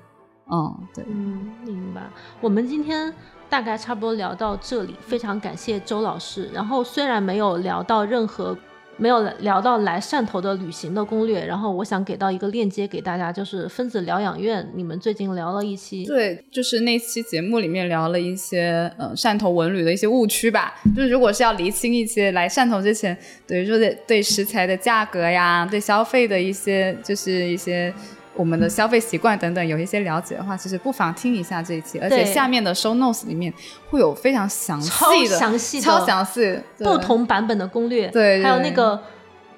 S2: 嗯，对，
S1: 嗯，明白。我们今天大概差不多聊到这里，非常感谢周老师。然后虽然没有聊到任何，没有聊到来汕头的旅行的攻略，然后我想给到一个链接给大家，就是分子疗养院，你们最近聊了一期，
S2: 对，就是那期节目里面聊了一些呃汕头文旅的一些误区吧，就是如果是要厘清一些来汕头之前，对于说对对食材的价格呀，对消费的一些就是一些。我们的消费习惯等等有一些了解的话，其实不妨听一下这一期，而且
S1: 对
S2: 下面的 show notes 里面会有非常详
S1: 超
S2: 细的、
S1: 详细的
S2: 超详细对
S1: 不同版本的攻略，
S2: 对对
S1: 还有那
S2: 对
S1: 个。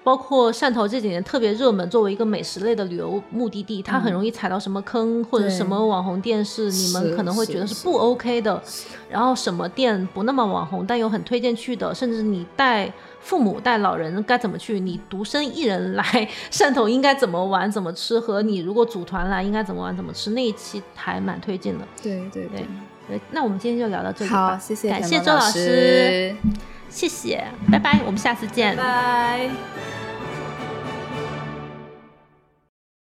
S1: 包括汕头这几年特别热门，作为一个美食类的旅游目的地，它很
S2: 嗯
S1: 容易踩到什么坑或者
S2: 对
S1: 什么网红店是你们
S2: 是
S1: 可能会
S2: 是
S1: 觉得是
S2: 是
S1: 不 OK 的，然后什么店不那么网红但又很推荐去的，甚至你带父母带老人该怎么去，你独身一人来汕头应该怎么玩怎么吃，和你如果组团来应该怎么玩怎么吃，那一期还蛮推荐的。
S2: 对对对。
S1: 呃那我们今天就聊到这里吧，
S2: 好，谢谢
S1: 感
S2: 田
S1: 谢
S2: 螺
S1: 周老
S2: 老
S1: 师，，谢谢，拜拜，我们下次见，
S2: 拜。